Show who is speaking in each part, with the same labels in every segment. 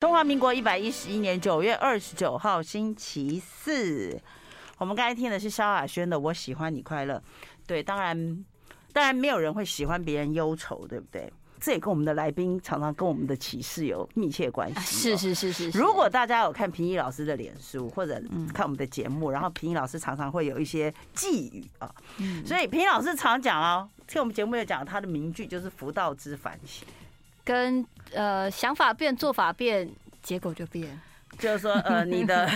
Speaker 1: 中华民国一百一十一年九月二十九号星期四，我们刚才听的是萧亚轩的《我喜欢你快乐》。对，当然，当然没有人会喜欢别人忧愁，对不对？这也跟我们的来宾常常跟我们的启示有密切关 系、
Speaker 2: 啊是。是是是是。嗯
Speaker 1: 如果大家有看平易老师的脸书或者看我们的节目，然后平易老师常常会有一些寄语啊，
Speaker 2: 嗯
Speaker 1: 所以平易老师常讲啊，听我们节目有讲他的名句就是“福道之反省”。
Speaker 2: 跟呃想法变，做法变，结果就变。
Speaker 1: 就是说， 呃，你的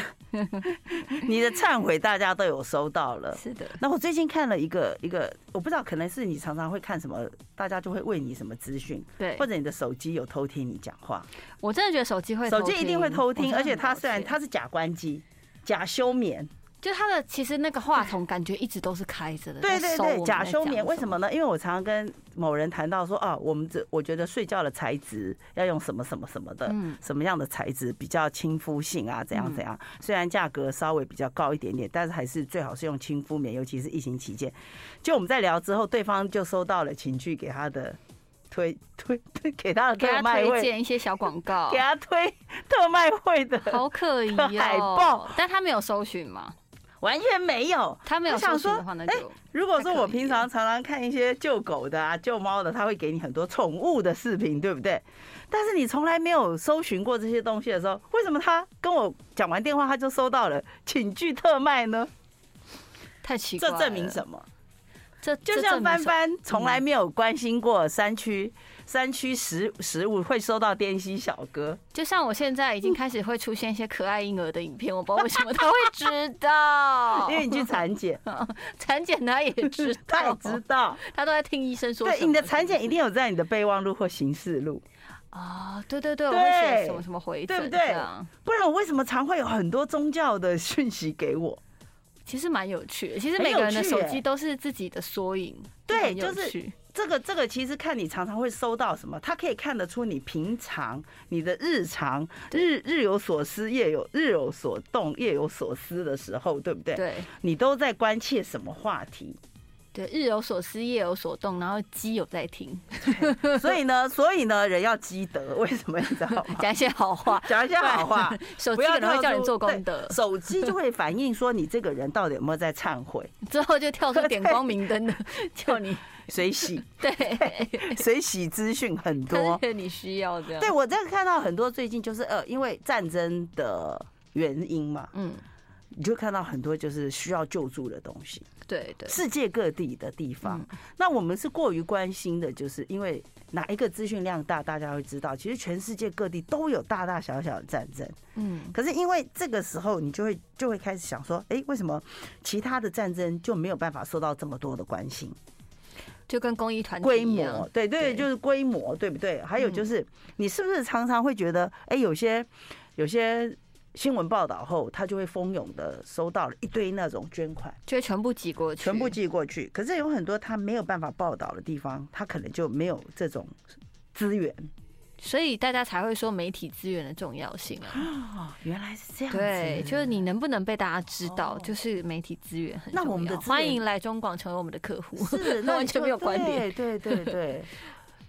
Speaker 1: 你的忏悔大家都有收到了。
Speaker 2: 是的。
Speaker 1: 那我最近看了一个一个，我不知道，可能是你常常会看什么，大家就会问你什么资讯，
Speaker 2: 对，
Speaker 1: 或者你的手机有偷听你讲话。
Speaker 2: 我真的觉得手机会，
Speaker 1: 手机一定会偷听，
Speaker 2: 我真的很
Speaker 1: 而且它虽然
Speaker 2: 抱歉
Speaker 1: 它是假关机、假休眠，
Speaker 2: 就它的其实那个话筒感觉一直都是开 着的，
Speaker 1: 对对
Speaker 2: 在收我
Speaker 1: 对，
Speaker 2: 们
Speaker 1: 假
Speaker 2: 在
Speaker 1: 休
Speaker 2: 讲
Speaker 1: 眠为什
Speaker 2: 什
Speaker 1: 么？呢？因为我常常跟某人谈到说啊，我们这我觉得睡觉的材质要用什么什么什么的，
Speaker 2: 嗯
Speaker 1: 什么样的材质比较亲肤性啊，怎样怎样。虽然价格稍微比较高一点点，但是还是最好是用亲肤棉，尤其是疫情期间。就我们在聊之后，对方就收到了情趣给他的推推推给他的
Speaker 2: 给
Speaker 1: 特
Speaker 2: 他
Speaker 1: 卖
Speaker 2: 推
Speaker 1: 会，
Speaker 2: 荐一些小广告
Speaker 1: 给，他推特卖会的，
Speaker 2: 好可疑哦。
Speaker 1: 海报，
Speaker 2: 但他没有搜寻嘛？
Speaker 1: 完全没有。
Speaker 2: 他没有
Speaker 1: 我想
Speaker 2: 搜寻
Speaker 1: 说
Speaker 2: 的话，那就
Speaker 1: 如果
Speaker 2: 太
Speaker 1: 说
Speaker 2: 可
Speaker 1: 我
Speaker 2: 疑
Speaker 1: 平
Speaker 2: 了
Speaker 1: 常常常看一些救狗的啊、救猫的，他会给你很多宠物的视频，对不对？但是你从来没有搜寻过这些东西的时候，为什么他跟我讲完电话他就收到了请去特卖呢？
Speaker 2: 太奇怪
Speaker 1: 这
Speaker 2: 了。
Speaker 1: 证明什么？
Speaker 2: 这
Speaker 1: 就
Speaker 2: 这证
Speaker 1: 像
Speaker 2: 明
Speaker 1: 帆
Speaker 2: 什么
Speaker 1: 帆从来没有关心过山区，山区食食物会收到滇西小哥，
Speaker 2: 就像我现在已经开始会出现一些可爱婴儿的影片，我不知道为什么他会知道，
Speaker 1: 因为你去产 检，
Speaker 2: 产检他也知道，
Speaker 1: 他也知道。
Speaker 2: 他都在听医生说什
Speaker 1: 对，
Speaker 2: 么。
Speaker 1: 你的产
Speaker 2: 是不
Speaker 1: 检
Speaker 2: 是
Speaker 1: 一定有在你的备忘录或行事录。
Speaker 2: 啊、对对对，我
Speaker 1: 对
Speaker 2: 会写什么什么回
Speaker 1: 对不
Speaker 2: 诊
Speaker 1: 对
Speaker 2: 这样，
Speaker 1: 不然我为什么常会有很多宗教的讯息给我？
Speaker 2: 其实蛮有趣的。其实
Speaker 1: 很有
Speaker 2: 每个人的
Speaker 1: 趣
Speaker 2: 手
Speaker 1: 耶
Speaker 2: 机都是自己的缩影，
Speaker 1: 对
Speaker 2: 很有
Speaker 1: 就是
Speaker 2: 趣
Speaker 1: 这个这个其实看你常常会收到什么，它可以看得出你平常你的日常日日有所思，夜有日有所动，夜有所思的时候，对不对？
Speaker 2: 对
Speaker 1: 你都在关切什么话 题？
Speaker 2: 对，日有所思，夜有所动，然后鸡有在听，
Speaker 1: 所以呢，所以呢，人要积德，为什么你知 道吗？，
Speaker 2: 讲一些好话
Speaker 1: 讲一些好话，
Speaker 2: 啊手
Speaker 1: 不
Speaker 2: 机
Speaker 1: 要
Speaker 2: 可能会叫
Speaker 1: 跳
Speaker 2: 你
Speaker 1: 出
Speaker 2: 做
Speaker 1: 对
Speaker 2: 功德，
Speaker 1: 手机就会反映说你这个人到底有没有在忏悔，
Speaker 2: 之后就跳出点光明灯的，叫你
Speaker 1: 水洗
Speaker 2: 对，
Speaker 1: 水洗资讯很多
Speaker 2: 他。是你需要这样，
Speaker 1: 对，我这个看到很多最近就是呃，因为战争的原因嘛，
Speaker 2: 嗯，
Speaker 1: 你就看到很多就是需要救助的东西，
Speaker 2: 对对。
Speaker 1: 世界各地的地方。
Speaker 2: 嗯
Speaker 1: 那我们是过于关心的，就是因为哪一个资讯量大，大家会知道，其实全世界各地都有大大小小的战争。
Speaker 2: 嗯，
Speaker 1: 可是因为这个时候，你就会就会开始想说，哎、为什么其他的战争就没有办法受到这么多的关心？
Speaker 2: 就跟公益团体
Speaker 1: 规
Speaker 2: 一样
Speaker 1: 模，对对，
Speaker 2: 对
Speaker 1: 就是规模，对不对？还有就是，你是不是常常会觉得，哎，有些有些新闻报道后，他就会蜂拥的收到了一堆那种捐款，
Speaker 2: 就会全部挤过去，
Speaker 1: 全部寄过去。可是有很多他没有办法报道的地方，他可能就没有这种资源。
Speaker 2: 所以大家才会说媒体资源的重要性啊。
Speaker 1: 哦，原来是这样
Speaker 2: 对，就是你能不能被大家知道
Speaker 1: 哦，
Speaker 2: 就是媒体资源很重
Speaker 1: 那
Speaker 2: 要。
Speaker 1: 我们的资源
Speaker 2: 欢迎来中广成为我们的客户，
Speaker 1: 是，那
Speaker 2: 完
Speaker 1: 你就
Speaker 2: 全没有观点。
Speaker 1: 对对对对，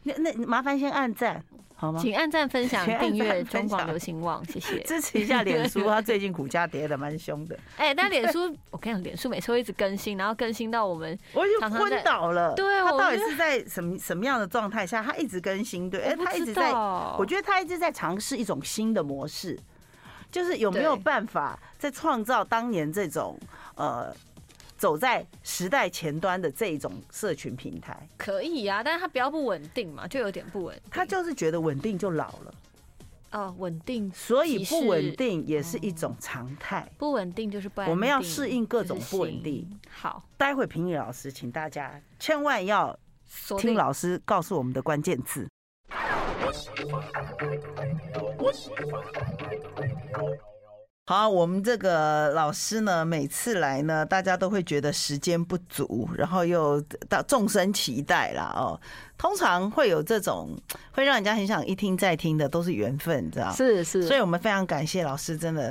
Speaker 1: 那那麻烦先按赞好吗？
Speaker 2: 请按赞、分享
Speaker 1: 请、按赞
Speaker 2: 订阅
Speaker 1: 分享
Speaker 2: 中广流行网，谢谢。
Speaker 1: 支持一下脸 书，啊他最近股价跌的蛮凶的，
Speaker 2: 哎，但脸书，我跟你讲，脸书每次会一直更新，然后更新到我们，
Speaker 1: 我就
Speaker 2: 常常在
Speaker 1: 昏倒了。
Speaker 2: 对
Speaker 1: 他
Speaker 2: 我
Speaker 1: 到底
Speaker 2: 觉得
Speaker 1: 是在什么什么样的状态下？他一直更新，对，哎，
Speaker 2: 我不
Speaker 1: 他一直
Speaker 2: 知
Speaker 1: 在，
Speaker 2: 道
Speaker 1: 我觉得他一直在尝试一种新的模式，就是有没有
Speaker 2: 对
Speaker 1: 办法在创造当年这种呃走在时代前端的这一种社群平台？
Speaker 2: 可以啊，但是它比较不稳定嘛，就有点不稳定。
Speaker 1: 他就是觉得稳定就老了，
Speaker 2: 哦，稳定
Speaker 1: 所以
Speaker 2: 歧视
Speaker 1: 不稳定也
Speaker 2: 嗯
Speaker 1: 是一种常态。
Speaker 2: 不稳定就是不安定，
Speaker 1: 我们要适应各种
Speaker 2: 就是
Speaker 1: 不稳
Speaker 2: 新
Speaker 1: 定。
Speaker 2: 好，
Speaker 1: 待会评语老师，请大家千万要
Speaker 2: 锁
Speaker 1: 听
Speaker 2: 定
Speaker 1: 老师告诉我们的关键字。好，我们这个老师呢，每次来呃呢，大家都会觉得时间不足，然后又到众生期待啦哦。通常会有这种会让人家很想一听再听的，都是缘分，你知道。
Speaker 2: 是是，
Speaker 1: 啊所以我们非常感谢老师，真的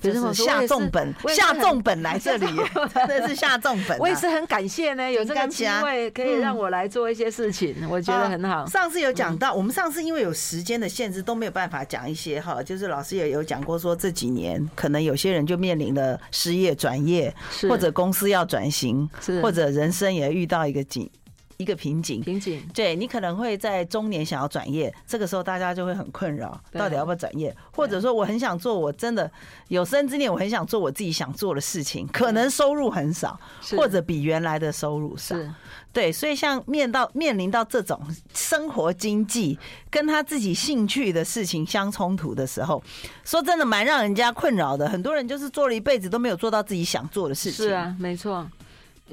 Speaker 2: 别
Speaker 1: 就
Speaker 2: 这么
Speaker 1: 是
Speaker 2: 说我也
Speaker 1: 下
Speaker 2: 是
Speaker 1: 重本
Speaker 2: 我也是
Speaker 1: 下
Speaker 2: 很
Speaker 1: 重本来这里， 真的是下重本啊。
Speaker 3: 我也是很感谢呢，有这个
Speaker 1: 感
Speaker 3: 机
Speaker 1: 谢啊
Speaker 3: 会可以让我来做一些事情，我觉得很好
Speaker 1: 啊。上次有讲到，我们上次因为有时间的限制，都没有办法讲一些哈，就是老师也有讲过，说这几年可能有些人就面临了失业、转业，
Speaker 3: 是
Speaker 1: 或者公司要转型，
Speaker 3: 是
Speaker 1: 或者人生也遇到一个景一个瓶颈。
Speaker 3: 瓶颈，
Speaker 1: 对你可能会在中年想要转业，这个时候大家就会很困扰，
Speaker 3: 对啊
Speaker 1: 到底要不要转业？或者说我很想做，我真的有生之年我很想做我自己想做的事情，可能收入很少，
Speaker 3: 是
Speaker 1: 或者比原来的收入少。
Speaker 3: 是
Speaker 1: 对，所以像面到面临到这种生活经济跟他自己兴趣的事情相冲突的时候，说真的蛮让人家困扰的。很多人就是做了一辈子都没有做到自己想做的事情。
Speaker 3: 是，啊，没错。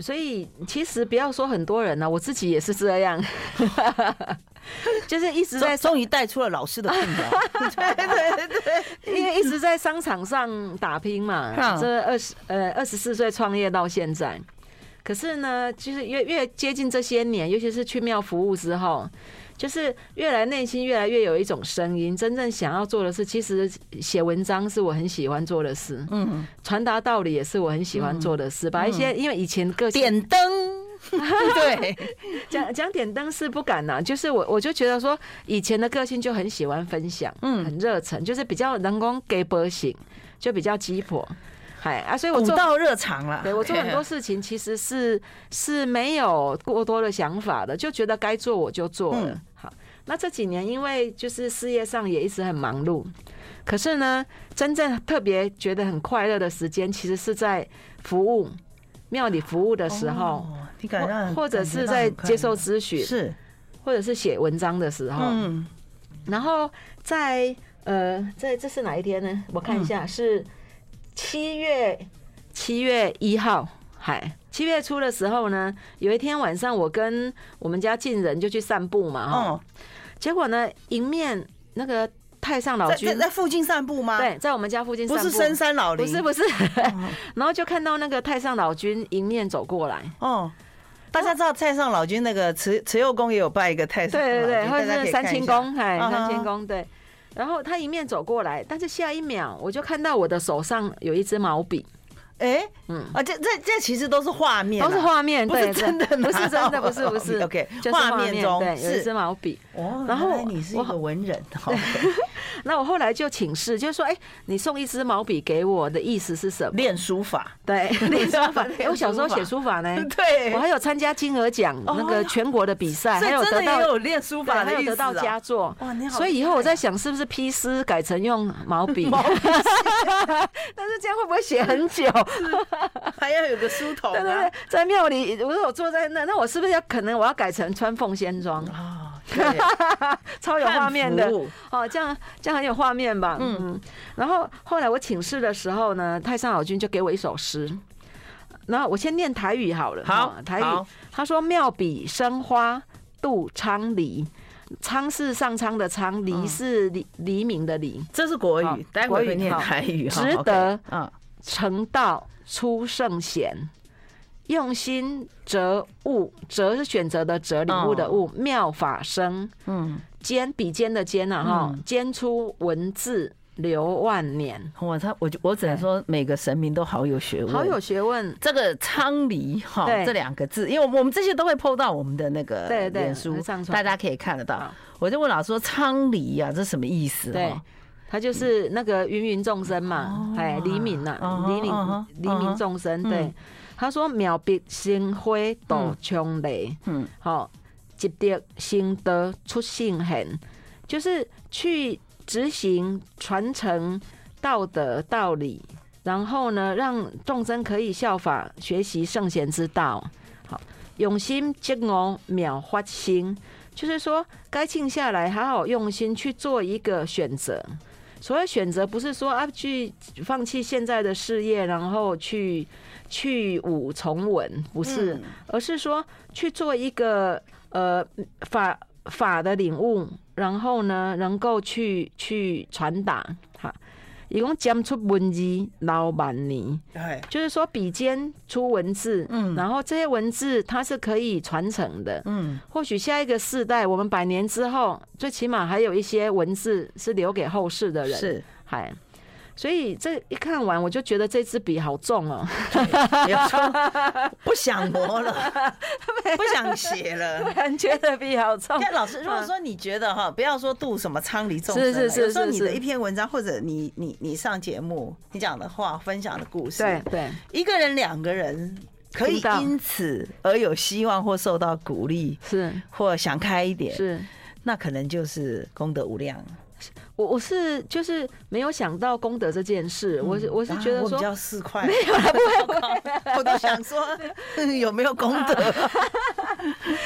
Speaker 3: 所以其实不要说很多人呢、啊我自己也是这样， 就是啊一直在
Speaker 1: 终终于带出了老师的困 扰。
Speaker 3: 因为一直在商场上打拼嘛，
Speaker 1: 嗯
Speaker 3: 这二十呃二十四岁创业到现在，可是呢，就是越越接近这些年，尤其是去庙服务之后，就是越来内心越来越有一种声音，真正想要做的事，其实写文章是我很喜欢做的事，
Speaker 1: 嗯，
Speaker 3: 传达道理也是我很喜欢做的事，把一些因为以前个性
Speaker 1: 点灯，对，
Speaker 3: 讲讲点灯是不敢呐、就是我我就觉得说，以前的个性就很喜欢分享，嗯，很热忱，就是比较能够给波型，就比较鸡婆，哎啊，所以我
Speaker 1: 古
Speaker 3: 做。
Speaker 1: 道热肠了。
Speaker 3: 对我做很多事情，其 实是是没有过多的想法的，就觉得该做我就做了
Speaker 1: 嗯。
Speaker 3: 好，那这几年因为就是事业上也一直很忙碌，可是呢，真正特别觉得很快乐的时间，其实是在服务庙里服务的时候，
Speaker 1: 哦，你敢让
Speaker 3: 或或者是在接受哦咨询，
Speaker 1: 是，
Speaker 3: 或者是写文章的时候，
Speaker 1: 嗯，
Speaker 3: 然后在呃，这这是哪一天呢？我看一
Speaker 1: 嗯
Speaker 3: 下，是七月七月一号，嗨。七月初的时候呢，有一天晚上，我跟我们家近人就去散步嘛，哈、
Speaker 1: 哦，
Speaker 3: 结果呢，迎面那个太上老
Speaker 1: 哦在在
Speaker 3: 君，
Speaker 1: 在附近散步吗？，
Speaker 3: 对，在我们家附近散
Speaker 1: 不
Speaker 3: 步，
Speaker 1: 是深山老
Speaker 3: 不
Speaker 1: 林，哦
Speaker 3: 是不是， 然后就看到那个太上老君迎面走过来，
Speaker 1: 哦，大家知道太上老君那个慈慈幼宫也有拜一个太上老君，
Speaker 3: 对对对，或
Speaker 1: 大家
Speaker 3: 者
Speaker 1: 可
Speaker 3: 是
Speaker 1: 以看
Speaker 3: 三
Speaker 1: 一
Speaker 3: 清
Speaker 1: 下，
Speaker 3: 宫，哎，
Speaker 1: 啊哈
Speaker 3: 三清宫对。然后他迎面走过来，但是下一秒我就看到我的手上有一支毛笔，
Speaker 1: 哎，
Speaker 3: 嗯
Speaker 1: 嗯，啊，这这这其实都是画面啊，
Speaker 3: 都是画面，
Speaker 1: 不是
Speaker 3: 对对
Speaker 1: 真的拿
Speaker 3: 不是真的，
Speaker 1: 到
Speaker 3: 不是不是
Speaker 1: OK，
Speaker 3: 就是
Speaker 1: 画面
Speaker 3: 面
Speaker 1: 中
Speaker 3: 对有一
Speaker 1: 是
Speaker 3: 支毛笔。
Speaker 1: 哦，
Speaker 3: 然后
Speaker 1: 原来你是一个文人，哦好 的
Speaker 3: 那我后来就请示，就是说，哎，你送一支毛笔给我的意思是什么？
Speaker 1: 练书 法，
Speaker 3: 对，练书法，哎我小时候写
Speaker 1: 练
Speaker 3: 书法呢，
Speaker 1: 对
Speaker 3: 我还有参加金额奖
Speaker 1: 哦
Speaker 3: 那个全国的比赛，
Speaker 1: 所
Speaker 3: 还有
Speaker 1: 以
Speaker 3: 得
Speaker 1: 真的
Speaker 3: 到
Speaker 1: 也有练书
Speaker 3: 对
Speaker 1: 法
Speaker 3: 还
Speaker 1: 的
Speaker 3: 有
Speaker 1: 意思
Speaker 3: 得到
Speaker 1: 啊
Speaker 3: 佳作。
Speaker 1: 哇你好啊
Speaker 3: 所以以后我在想，是不是批诗改成用毛笔？毛笔， 但是这样会不会写很久？
Speaker 1: 还要有个书童
Speaker 3: 对对
Speaker 1: 啊
Speaker 3: 对，，在庙里，如果我坐在那，那我是不是要可能我要改成穿凤仙装，
Speaker 1: 啊， 对
Speaker 3: 超有画面的
Speaker 1: 汉服
Speaker 3: 哦，这样这样很有画面吧？嗯。然后后来我请示的时候呢，太上老君就给我一首诗，然后我先念台语好了，
Speaker 1: 好
Speaker 3: 哦台语
Speaker 1: 好
Speaker 3: 他说：“妙笔生花渡昌黎，昌是上苍的昌，
Speaker 1: 嗯
Speaker 3: 黎是黎黎明的黎。
Speaker 1: 这是国
Speaker 3: 好
Speaker 1: 语，待会儿
Speaker 3: 国
Speaker 1: 会
Speaker 3: 语
Speaker 1: 念
Speaker 3: 好
Speaker 1: 台语，好
Speaker 3: 值
Speaker 1: OK，
Speaker 3: 得
Speaker 1: 嗯，
Speaker 3: 成道出圣贤，用心择物，择是选择的择，领悟的悟，妙法生。
Speaker 1: 嗯，
Speaker 3: 尖笔尖的尖啊，哈，尖出文字流万年，
Speaker 1: 我他我就我只能说每个神明都好有学问，
Speaker 3: 哎好有学问。”
Speaker 1: 这个昌黎哈
Speaker 3: 对
Speaker 1: 这两个字，因为我们我们这些都会 PO 到我们的那个
Speaker 3: 对对
Speaker 1: 呃脸书
Speaker 3: 会上，传
Speaker 1: 大家可以看得到
Speaker 3: 好。
Speaker 1: 我就问老师说：“昌黎呀，这什么意思？”
Speaker 3: 对
Speaker 1: 哈，
Speaker 3: 他就是那个芸芸众生嘛
Speaker 1: 哦，
Speaker 3: 哎，黎明呐
Speaker 1: 嗯，哼嗯
Speaker 3: 黎明
Speaker 1: 哼
Speaker 3: 黎
Speaker 1: 嗯
Speaker 3: 明
Speaker 1: 哼
Speaker 3: 众生。
Speaker 1: 嗯
Speaker 3: 对，他说妙笔生花渡昌黎，嗯
Speaker 1: 嗯，
Speaker 3: 好，一滴心得出性痕，就是去执行传承道德道理，然后呢，让众生可以效法学习圣贤之道。好，用心积我秒发心，就是说该静下来，好好用心去做一个选择。所谓选择，不是说啊去放弃现在的事业，然后去去武从文，不是，
Speaker 1: 嗯
Speaker 3: 而是说去做一个呃法法的领悟，然后呢，能够去去传达哈。伊讲尖出文字老万年，
Speaker 1: 哎，
Speaker 3: 就是说笔尖出文字，
Speaker 1: 嗯
Speaker 3: 然后这些文字它是可以传承的。
Speaker 1: 嗯，
Speaker 3: 或许下一个世代，我们百年之后，最起码还有一些文字是留给后世的人。
Speaker 1: 是
Speaker 3: 嗨，所以这一看完，我就觉得这支笔好重哦、
Speaker 1: 有时候 不想磨了，不想写了。
Speaker 3: 感觉得笔好重
Speaker 1: 但老师，如果说你觉得哈，不要说度什么昌黎众生
Speaker 3: 是
Speaker 1: 了，
Speaker 3: 是是
Speaker 1: 有时候
Speaker 3: 是
Speaker 1: 你的
Speaker 3: 是
Speaker 1: 一篇文章或者你你你上节目，你讲的话、分享的故事，
Speaker 3: 对对，
Speaker 1: 一个人、两个人可以
Speaker 3: 听到
Speaker 1: 因此而有希望或受到鼓励，
Speaker 3: 是
Speaker 1: 或想开一点，
Speaker 3: 是。
Speaker 1: 那可能就是功德无量。
Speaker 3: 我我是就是没有想到功德这件事，我是我是觉
Speaker 1: 啊我
Speaker 3: 得
Speaker 1: 比
Speaker 3: 说，
Speaker 1: 较四块，没 有不会，我都想说 有没有功德，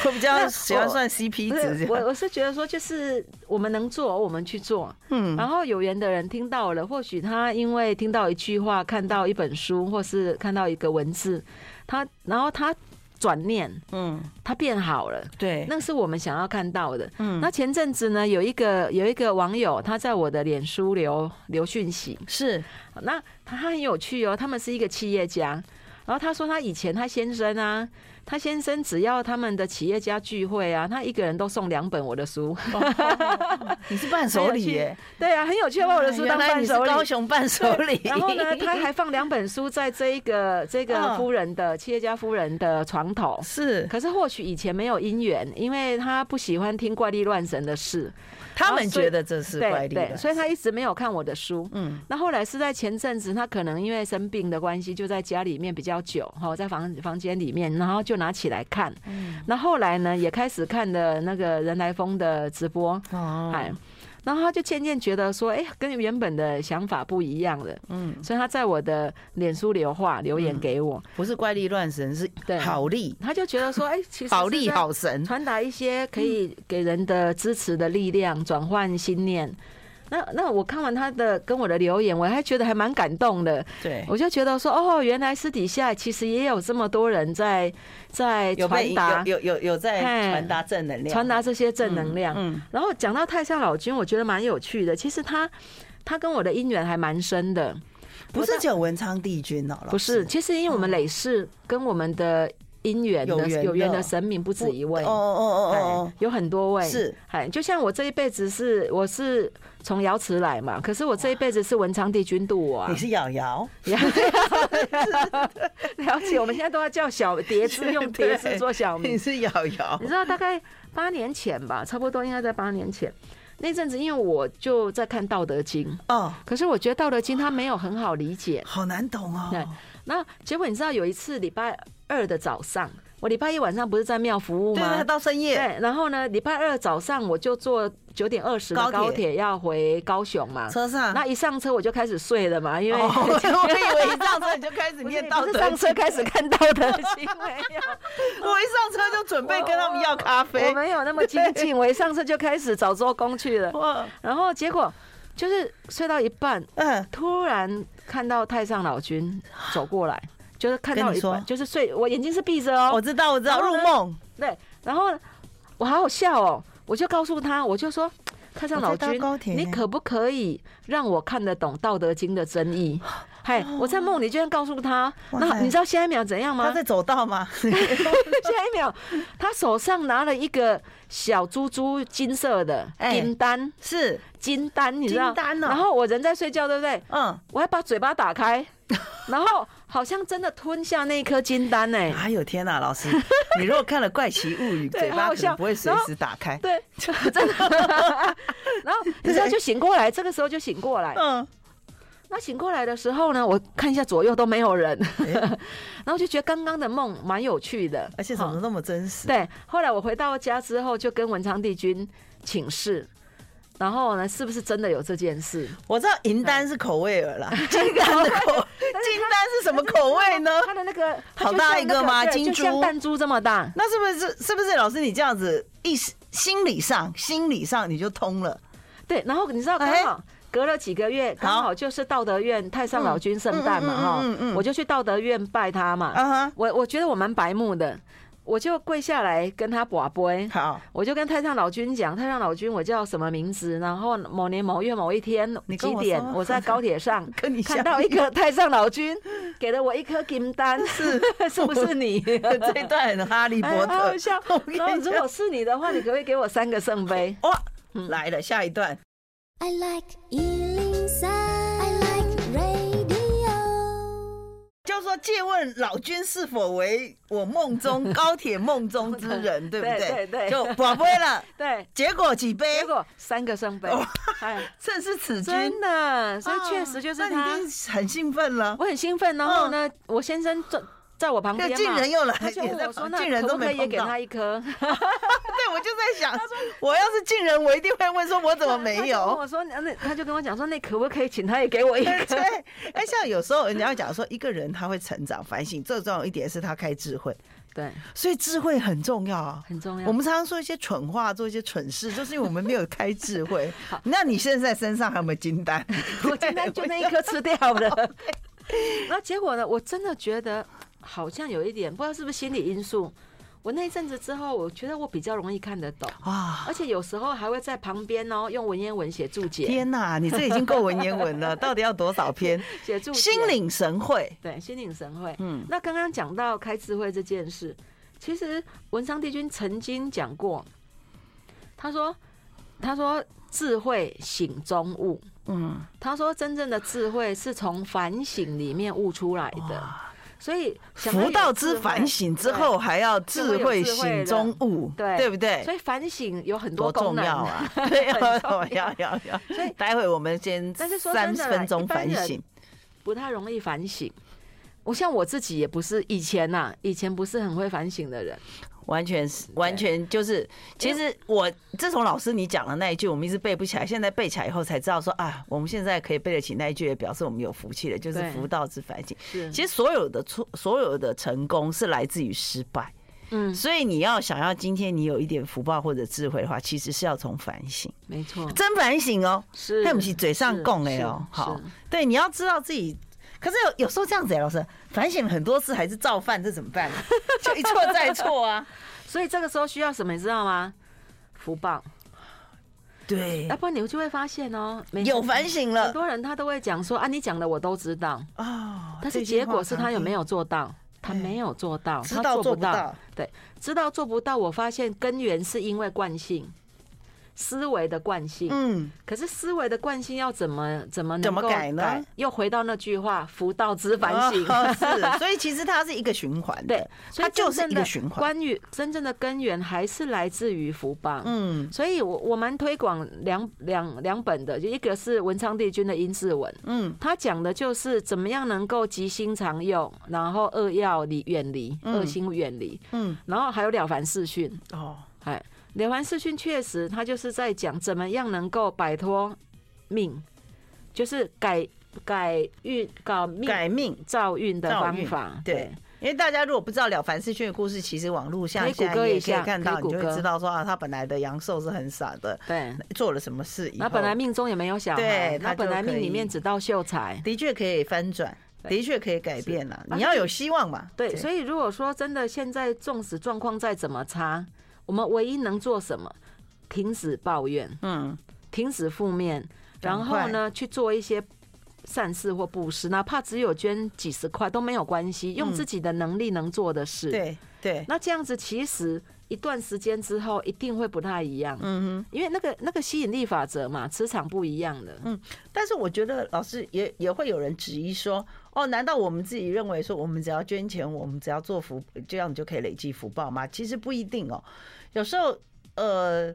Speaker 1: 我比较喜欢算 CP
Speaker 3: 不
Speaker 1: 值
Speaker 3: 是
Speaker 1: 这
Speaker 3: 我
Speaker 1: 样。
Speaker 3: 我是觉得说，就是我们能做，我们去做。
Speaker 1: 嗯，
Speaker 3: 然后有缘的人听到了，或许他因为听到一句话、看到一本书，或是看到一个文字，他然后他转念，
Speaker 1: 嗯，
Speaker 3: 他变好了，
Speaker 1: 对，
Speaker 3: 那是我们想要看到的。
Speaker 1: 嗯
Speaker 3: 那前阵子呢，有一个有一个网友，他在我的脸书留留讯息，
Speaker 1: 是
Speaker 3: 那他很有趣哦，他们是一个企业家。然后他说，他以前他先生啊，他先生只要他们的企业家聚会啊，他一个人都送两本我的书。
Speaker 1: 你是伴手礼耶，哎
Speaker 3: 对啊，很有趣，把我的书当
Speaker 1: 原来
Speaker 3: 伴
Speaker 1: 你是
Speaker 3: 手礼。
Speaker 1: 高雄伴手礼。
Speaker 3: 然后呢，他还放两本书在这一个这个
Speaker 1: 嗯
Speaker 3: 夫人的企业家夫人的床头。
Speaker 1: 是
Speaker 3: 可是或许以前没有姻缘，因为他不喜欢听怪力乱神的事，
Speaker 1: 他们觉得这是怪
Speaker 3: 对
Speaker 1: 力
Speaker 3: 对，
Speaker 1: 的，
Speaker 3: 所以他一直没有看我的书。
Speaker 1: 嗯
Speaker 3: 那后来是在前阵子，他可能因为生病的关系，就在家里面比较久，哈，在房房间里面，然后就拿起来看。
Speaker 1: 嗯
Speaker 3: 那后来呢，也开始看了那个人来疯的直播，
Speaker 1: 哦
Speaker 3: 哎，然后他就渐渐觉得说，哎、跟原本的想法不一样了，
Speaker 1: 嗯，
Speaker 3: 所以他在我的脸书留话留言给我，
Speaker 1: 不是怪力乱神，是
Speaker 3: 对
Speaker 1: 嗯好力
Speaker 3: 他就觉得说，哎、其实
Speaker 1: 好力
Speaker 3: 是在
Speaker 1: 好嗯神，
Speaker 3: 传达一些可以给人的支持的力量，转换心念。那那我看完他的跟我的留言，我还觉得还蛮感动的。
Speaker 1: 对，
Speaker 3: 我就觉得说，哦，原来私底下其实也有这么多人在在
Speaker 1: 有被
Speaker 3: 传达
Speaker 1: 有有有有在
Speaker 3: 嘿
Speaker 1: 传达正能量，
Speaker 3: 传达这些正能量。
Speaker 1: 嗯
Speaker 3: 然后讲到太上老君，我觉得蛮有趣的。其实他他跟我的姻缘还蛮深的，
Speaker 1: 不是只有文昌帝君哦，老
Speaker 3: 不是？
Speaker 1: 师
Speaker 3: 其实因为我们累世跟我们的姻
Speaker 1: 嗯
Speaker 3: 缘
Speaker 1: 有
Speaker 3: 的
Speaker 1: 缘的
Speaker 3: 有缘的神明不止一位
Speaker 1: 哦哦哦
Speaker 3: 哎
Speaker 1: 哦
Speaker 3: 有很多
Speaker 1: 哦，
Speaker 3: 位。
Speaker 1: 是
Speaker 3: 哎，就像我这一辈子是我是从瑶池来嘛，可是我这一辈子是文昌帝君渡我啊
Speaker 1: 你。是瑶瑶，
Speaker 3: 了解，我们现在都要叫小叠字，用叠字做小 名
Speaker 1: 你。是瑶瑶
Speaker 3: 你，知道大概八年前吧，差不多应该在八年前那阵子，因为我就在看《道德经》，
Speaker 1: 哦，
Speaker 3: 可是我觉得《道德经》它没有很好理解。
Speaker 1: 好难懂
Speaker 3: 对
Speaker 1: 哦，
Speaker 3: 那结果你知道有一次礼拜二的早上，我礼拜一晚上不是在庙服务
Speaker 1: 对对，
Speaker 3: 吗？
Speaker 1: 到深夜，
Speaker 3: 对，然后呢，礼拜二早上我就坐九点二十
Speaker 1: 高
Speaker 3: 的
Speaker 1: 铁
Speaker 3: 高铁要回高雄嘛。
Speaker 1: 车上，
Speaker 3: 那一上车我就开始睡了嘛，因为、
Speaker 1: 哦， 我以为一上车你就开始
Speaker 3: 不是
Speaker 1: 念
Speaker 3: 不
Speaker 1: 道
Speaker 3: 是
Speaker 1: 德
Speaker 3: 上车
Speaker 1: 经
Speaker 3: 开始看道 德经没有？
Speaker 1: 我一上车就准备跟他们要咖
Speaker 3: 我
Speaker 1: 啡，
Speaker 3: 没有那么精进，我一上车就开始找周公去了。
Speaker 1: 哇，
Speaker 3: 然后结果就是睡到一半，
Speaker 1: 嗯，
Speaker 3: 突然看到太上老君走过来，就是看到
Speaker 1: 跟你
Speaker 3: 一
Speaker 1: 说
Speaker 3: 半，就是睡，我眼睛是闭着哦
Speaker 1: 我，知道，我知道，
Speaker 3: 然后
Speaker 1: 入
Speaker 3: 呢
Speaker 1: 梦，
Speaker 3: 对，然后我好好笑哦，我就告诉他，我就说。太上老
Speaker 1: 我在搭
Speaker 3: 君
Speaker 1: 高铁，
Speaker 3: 你可不可以让我看得懂《道德经》的 真意？嗨，我在梦里居然告诉他，
Speaker 1: 哇
Speaker 3: 那
Speaker 1: 塞
Speaker 3: 你知道下一秒怎样
Speaker 1: 他
Speaker 3: 吗？
Speaker 1: 在走道吗？
Speaker 3: 下一秒，他手上拿了一个小珠珠，金色的
Speaker 1: 哎
Speaker 3: 金丹，
Speaker 1: 是，
Speaker 3: 金丹，你知道？
Speaker 1: 金丹哦
Speaker 3: 然后我人在睡觉，对不对？
Speaker 1: 嗯，
Speaker 3: 我还把嘴巴 打开，然后好像真的吞下那一颗金丹呢、
Speaker 1: 哎呦天哪，老 师，你如果看了《怪奇物语》，
Speaker 3: 对
Speaker 1: 嘴
Speaker 3: 好
Speaker 1: 巴
Speaker 3: 好
Speaker 1: 可能
Speaker 3: 笑
Speaker 1: 不会随时打开，
Speaker 3: 对， 真的。然后你知道就醒过来，这个时候就醒过来。
Speaker 1: 嗯，
Speaker 3: 那醒过来的时候呢，我看一下左右都没有人，
Speaker 1: 哎
Speaker 3: 然后就觉得刚刚的梦蛮有趣的，
Speaker 1: 而且怎么
Speaker 3: 哈
Speaker 1: 那么真实？
Speaker 3: 对，后来我回到家之后，就跟文昌帝君请示，然后呢，是不是真的有这件事？
Speaker 1: 我知道银丹是口味儿 啦，金丹的口，金丹是什么口味哎呢？
Speaker 3: 它的那个它
Speaker 1: 好
Speaker 3: 就
Speaker 1: 大
Speaker 3: 像
Speaker 1: 一
Speaker 3: 那
Speaker 1: 个吗
Speaker 3: 对
Speaker 1: 金
Speaker 3: 就像
Speaker 1: 珠
Speaker 3: 弹珠这么大。
Speaker 1: 那是不是是不是老师你这样子意识心理上心理上你就通了？
Speaker 3: 对，然后你知道刚
Speaker 1: 哎
Speaker 3: 好隔了几个月，刚
Speaker 1: 好
Speaker 3: 好就是道德院太上老君圣诞嘛，
Speaker 1: 嗯嗯嗯嗯嗯
Speaker 3: 哈
Speaker 1: 嗯，
Speaker 3: 我就去道德院拜他嘛。
Speaker 1: 啊哈，
Speaker 3: 我我觉得我蛮白目的，我就跪下来跟他把杯，
Speaker 1: 好，
Speaker 3: 我就跟太上老君讲，太上老君，我叫什么名字？然后某年某月某一天
Speaker 1: 你跟
Speaker 3: 几
Speaker 1: 我
Speaker 3: 点，
Speaker 1: 说
Speaker 3: 我在高 铁上
Speaker 1: 跟你
Speaker 3: 看到一个太上老君，给了我一颗 金丹，是是不是你？
Speaker 1: 像这一段很哈利
Speaker 3: 哎
Speaker 1: 波
Speaker 3: 好好
Speaker 1: 特，
Speaker 3: 笑。
Speaker 1: 我跟你
Speaker 3: 然后如
Speaker 1: 讲
Speaker 3: 果是你的话，你可不可以给我三个圣杯？
Speaker 1: 哇，来了下一段，
Speaker 4: I like Ealing Sound. I like radio.
Speaker 1: 就说借问老君是否为我梦中高铁梦中之 人，对不
Speaker 3: 对对对
Speaker 1: 就宝贝了，
Speaker 3: 对，
Speaker 1: 结果几杯
Speaker 3: 结，果三个圣
Speaker 1: 哦
Speaker 3: 杯，哎，
Speaker 1: 正是此君，
Speaker 3: 真的，所以确实就是
Speaker 1: 哦那
Speaker 3: 他
Speaker 1: 你。一定很兴奋 了。
Speaker 3: 我很兴奋，然后呢，我先生坐在我旁边
Speaker 1: 那
Speaker 3: 嘛，
Speaker 1: 竟然又来，
Speaker 3: 他就
Speaker 1: 也
Speaker 3: 问
Speaker 1: 在
Speaker 3: 我说：“
Speaker 1: 旁
Speaker 3: 那
Speaker 1: 竟然
Speaker 3: 可
Speaker 1: 都
Speaker 3: 不可
Speaker 1: 没
Speaker 3: 以也
Speaker 1: 碰
Speaker 3: 给
Speaker 1: 到。
Speaker 3: 他一 颗？”
Speaker 1: 对，我就在想，我要是进人，我一定会问说，我怎么没
Speaker 3: 他就跟
Speaker 1: 有？
Speaker 3: 我说，那他就跟我讲说，那可不可以请他也给我一
Speaker 1: 对，
Speaker 3: 个？
Speaker 1: 哎，像有时候人家会讲说，一个人他会成长、反省，最重要一点是他开智慧，
Speaker 3: 对，
Speaker 1: 所以智慧很重要啊。
Speaker 3: 很重要。
Speaker 1: 我们常常说一些蠢话，做一些蠢事，就是因为我们没有开智 慧。那你现在身上还有没有金丹？
Speaker 3: 我今天就那一颗吃掉 了。然后结果呢，我真的觉得好像有一点，不知道是不是心理因素。我那一阵子之后，我觉得我比较容易看得懂，
Speaker 1: 哇！
Speaker 3: 而且有时候还会在旁边哦，用文言文写注解，
Speaker 1: 天哪，你这已经够文言文 了，到底要多少篇？
Speaker 3: 写注解。
Speaker 1: 心领神会，
Speaker 3: 对，心领神会。
Speaker 1: 嗯
Speaker 3: 嗯，那刚刚讲到开智慧这件事，其实文昌帝君曾经讲过，他说，他说智慧醒中悟。
Speaker 1: 嗯，
Speaker 3: 他说真正的智慧是从反省里面悟出来的，所以想要有
Speaker 1: 福道之
Speaker 3: 智慧
Speaker 1: 反省之后，。还要智慧醒中悟，
Speaker 3: 对
Speaker 1: 对不
Speaker 3: 对
Speaker 1: 对？
Speaker 3: 所以反省有很
Speaker 1: 多
Speaker 3: 多功
Speaker 1: 重
Speaker 3: 能
Speaker 1: 要！啊！ 对，要
Speaker 3: 很重
Speaker 1: 要
Speaker 3: 要
Speaker 1: 要要要。
Speaker 3: 所以
Speaker 1: 待会我们先
Speaker 3: 但是说
Speaker 1: 三
Speaker 3: 真的啦
Speaker 1: 分钟
Speaker 3: 一般
Speaker 1: 反
Speaker 3: 人
Speaker 1: 省，
Speaker 3: 不太容易反省。我像我自己也不是以前呐、以前不是很会反省的人。
Speaker 1: 完全是完全就是，其实我自从老师你讲的那一句，我们一直背不起来，现在背起来以后才知道说啊，我们现在可以背得起那一句，也表示我们有福气了，就是
Speaker 3: 对嗯
Speaker 1: 福道之反省。
Speaker 3: 是，
Speaker 1: 其实所有的错，所有的成功是来自于失败，
Speaker 3: 嗯，
Speaker 1: 所以你要想要今天你有一点福报或者智慧的话，其实是要从反省，
Speaker 3: 没错，
Speaker 1: 真反省哦。
Speaker 3: 嗯是
Speaker 1: 那不是嘴上供的
Speaker 3: 是
Speaker 1: 哦，
Speaker 3: 是
Speaker 1: 好，对，你要知道自己。可是有有时候这样子、欸，老师反省了很多次还是造犯，这怎么 办？就一错再错啊！
Speaker 3: 所以这个时候需要什么，你知道吗？福报，
Speaker 1: 对
Speaker 3: 要，不然你就会发现哦，每
Speaker 1: 嗯有反省了
Speaker 3: 很多哦人他都会讲说啊，你讲的我都知道，
Speaker 1: 啊
Speaker 3: 但是结果是他有没有做到？他
Speaker 1: 哎
Speaker 3: 没有做到，
Speaker 1: 知
Speaker 3: 他
Speaker 1: 道做
Speaker 3: 做
Speaker 1: 不
Speaker 3: 不
Speaker 1: 到
Speaker 3: 到。对，知道做不到，我发现根源是因为惯性，思维的惯性。
Speaker 1: 嗯，
Speaker 3: 可是思维的惯性要怎么怎么能
Speaker 1: 怎么
Speaker 3: 够
Speaker 1: 改呢
Speaker 3: 改？又回到那句话“福到之反省”，
Speaker 1: 哦是，所以其实它是一个循环的，
Speaker 3: 对，所以
Speaker 1: 它就
Speaker 3: 真
Speaker 1: 是
Speaker 3: 正
Speaker 1: 一
Speaker 3: 的
Speaker 1: 个循环。
Speaker 3: 关于真正的根源还是来自于福报。
Speaker 1: 嗯
Speaker 3: 所以我我蛮推广两两两本的，就一个是文昌帝君的殷志文，
Speaker 1: 嗯，
Speaker 3: 他讲的就是怎么样能够吉星常用，然后恶要离远离，
Speaker 1: 嗯
Speaker 3: 恶心远离，
Speaker 1: 嗯，
Speaker 3: 然后还有了凡四训，
Speaker 1: 哦，
Speaker 3: 哎，了凡四训确实他就是在讲怎么样能够摆脱命，就是改改运搞命
Speaker 1: 改命。
Speaker 3: 造运的
Speaker 1: 造
Speaker 3: 方
Speaker 1: 运
Speaker 3: 法，
Speaker 1: 对因为大家如果不知道了凡四训的故事，其实网络
Speaker 3: 可
Speaker 1: 上
Speaker 3: 以谷
Speaker 1: 现在
Speaker 3: 歌
Speaker 1: 也可
Speaker 3: 一
Speaker 1: 以
Speaker 3: 下
Speaker 1: 看到，
Speaker 3: 可以谷
Speaker 1: 你就会
Speaker 3: 歌
Speaker 1: 知道说啊，他本来的阳寿是很傻的，
Speaker 3: 对。
Speaker 1: 做了什么事以
Speaker 3: 那
Speaker 1: 后，
Speaker 3: 本来命中也没有小
Speaker 1: 对
Speaker 3: 孩，
Speaker 1: 他
Speaker 3: 那本
Speaker 1: 就
Speaker 3: 来
Speaker 1: 可
Speaker 3: 命
Speaker 1: 以
Speaker 3: 里面只到秀才，
Speaker 1: 的确可以翻转，
Speaker 3: 对
Speaker 1: 的确可以改变啦。
Speaker 3: 是
Speaker 1: 你要有希望嘛。
Speaker 3: 对，所
Speaker 1: 以
Speaker 3: 以如果说真的现在纵使状况再怎么差，我们唯一能做什么？停止抱怨，
Speaker 1: 嗯，
Speaker 3: 停止负面，然后呢去做一些善事或布施，哪怕只有捐几十块都没有关系，用自己的能力能做的事。，
Speaker 1: 嗯对对，
Speaker 3: 那这样子其实一段时间之后一定会不太一样，
Speaker 1: 嗯哼。
Speaker 3: 因为那个那个吸引力法则嘛，磁场不一样的。
Speaker 1: 但是我觉得老师也也会有人质疑说，哦，难道我们自己认为说我们只要捐钱，我们只要做福，这样你就可以累积福报吗？其实不一定哦，有时候呃。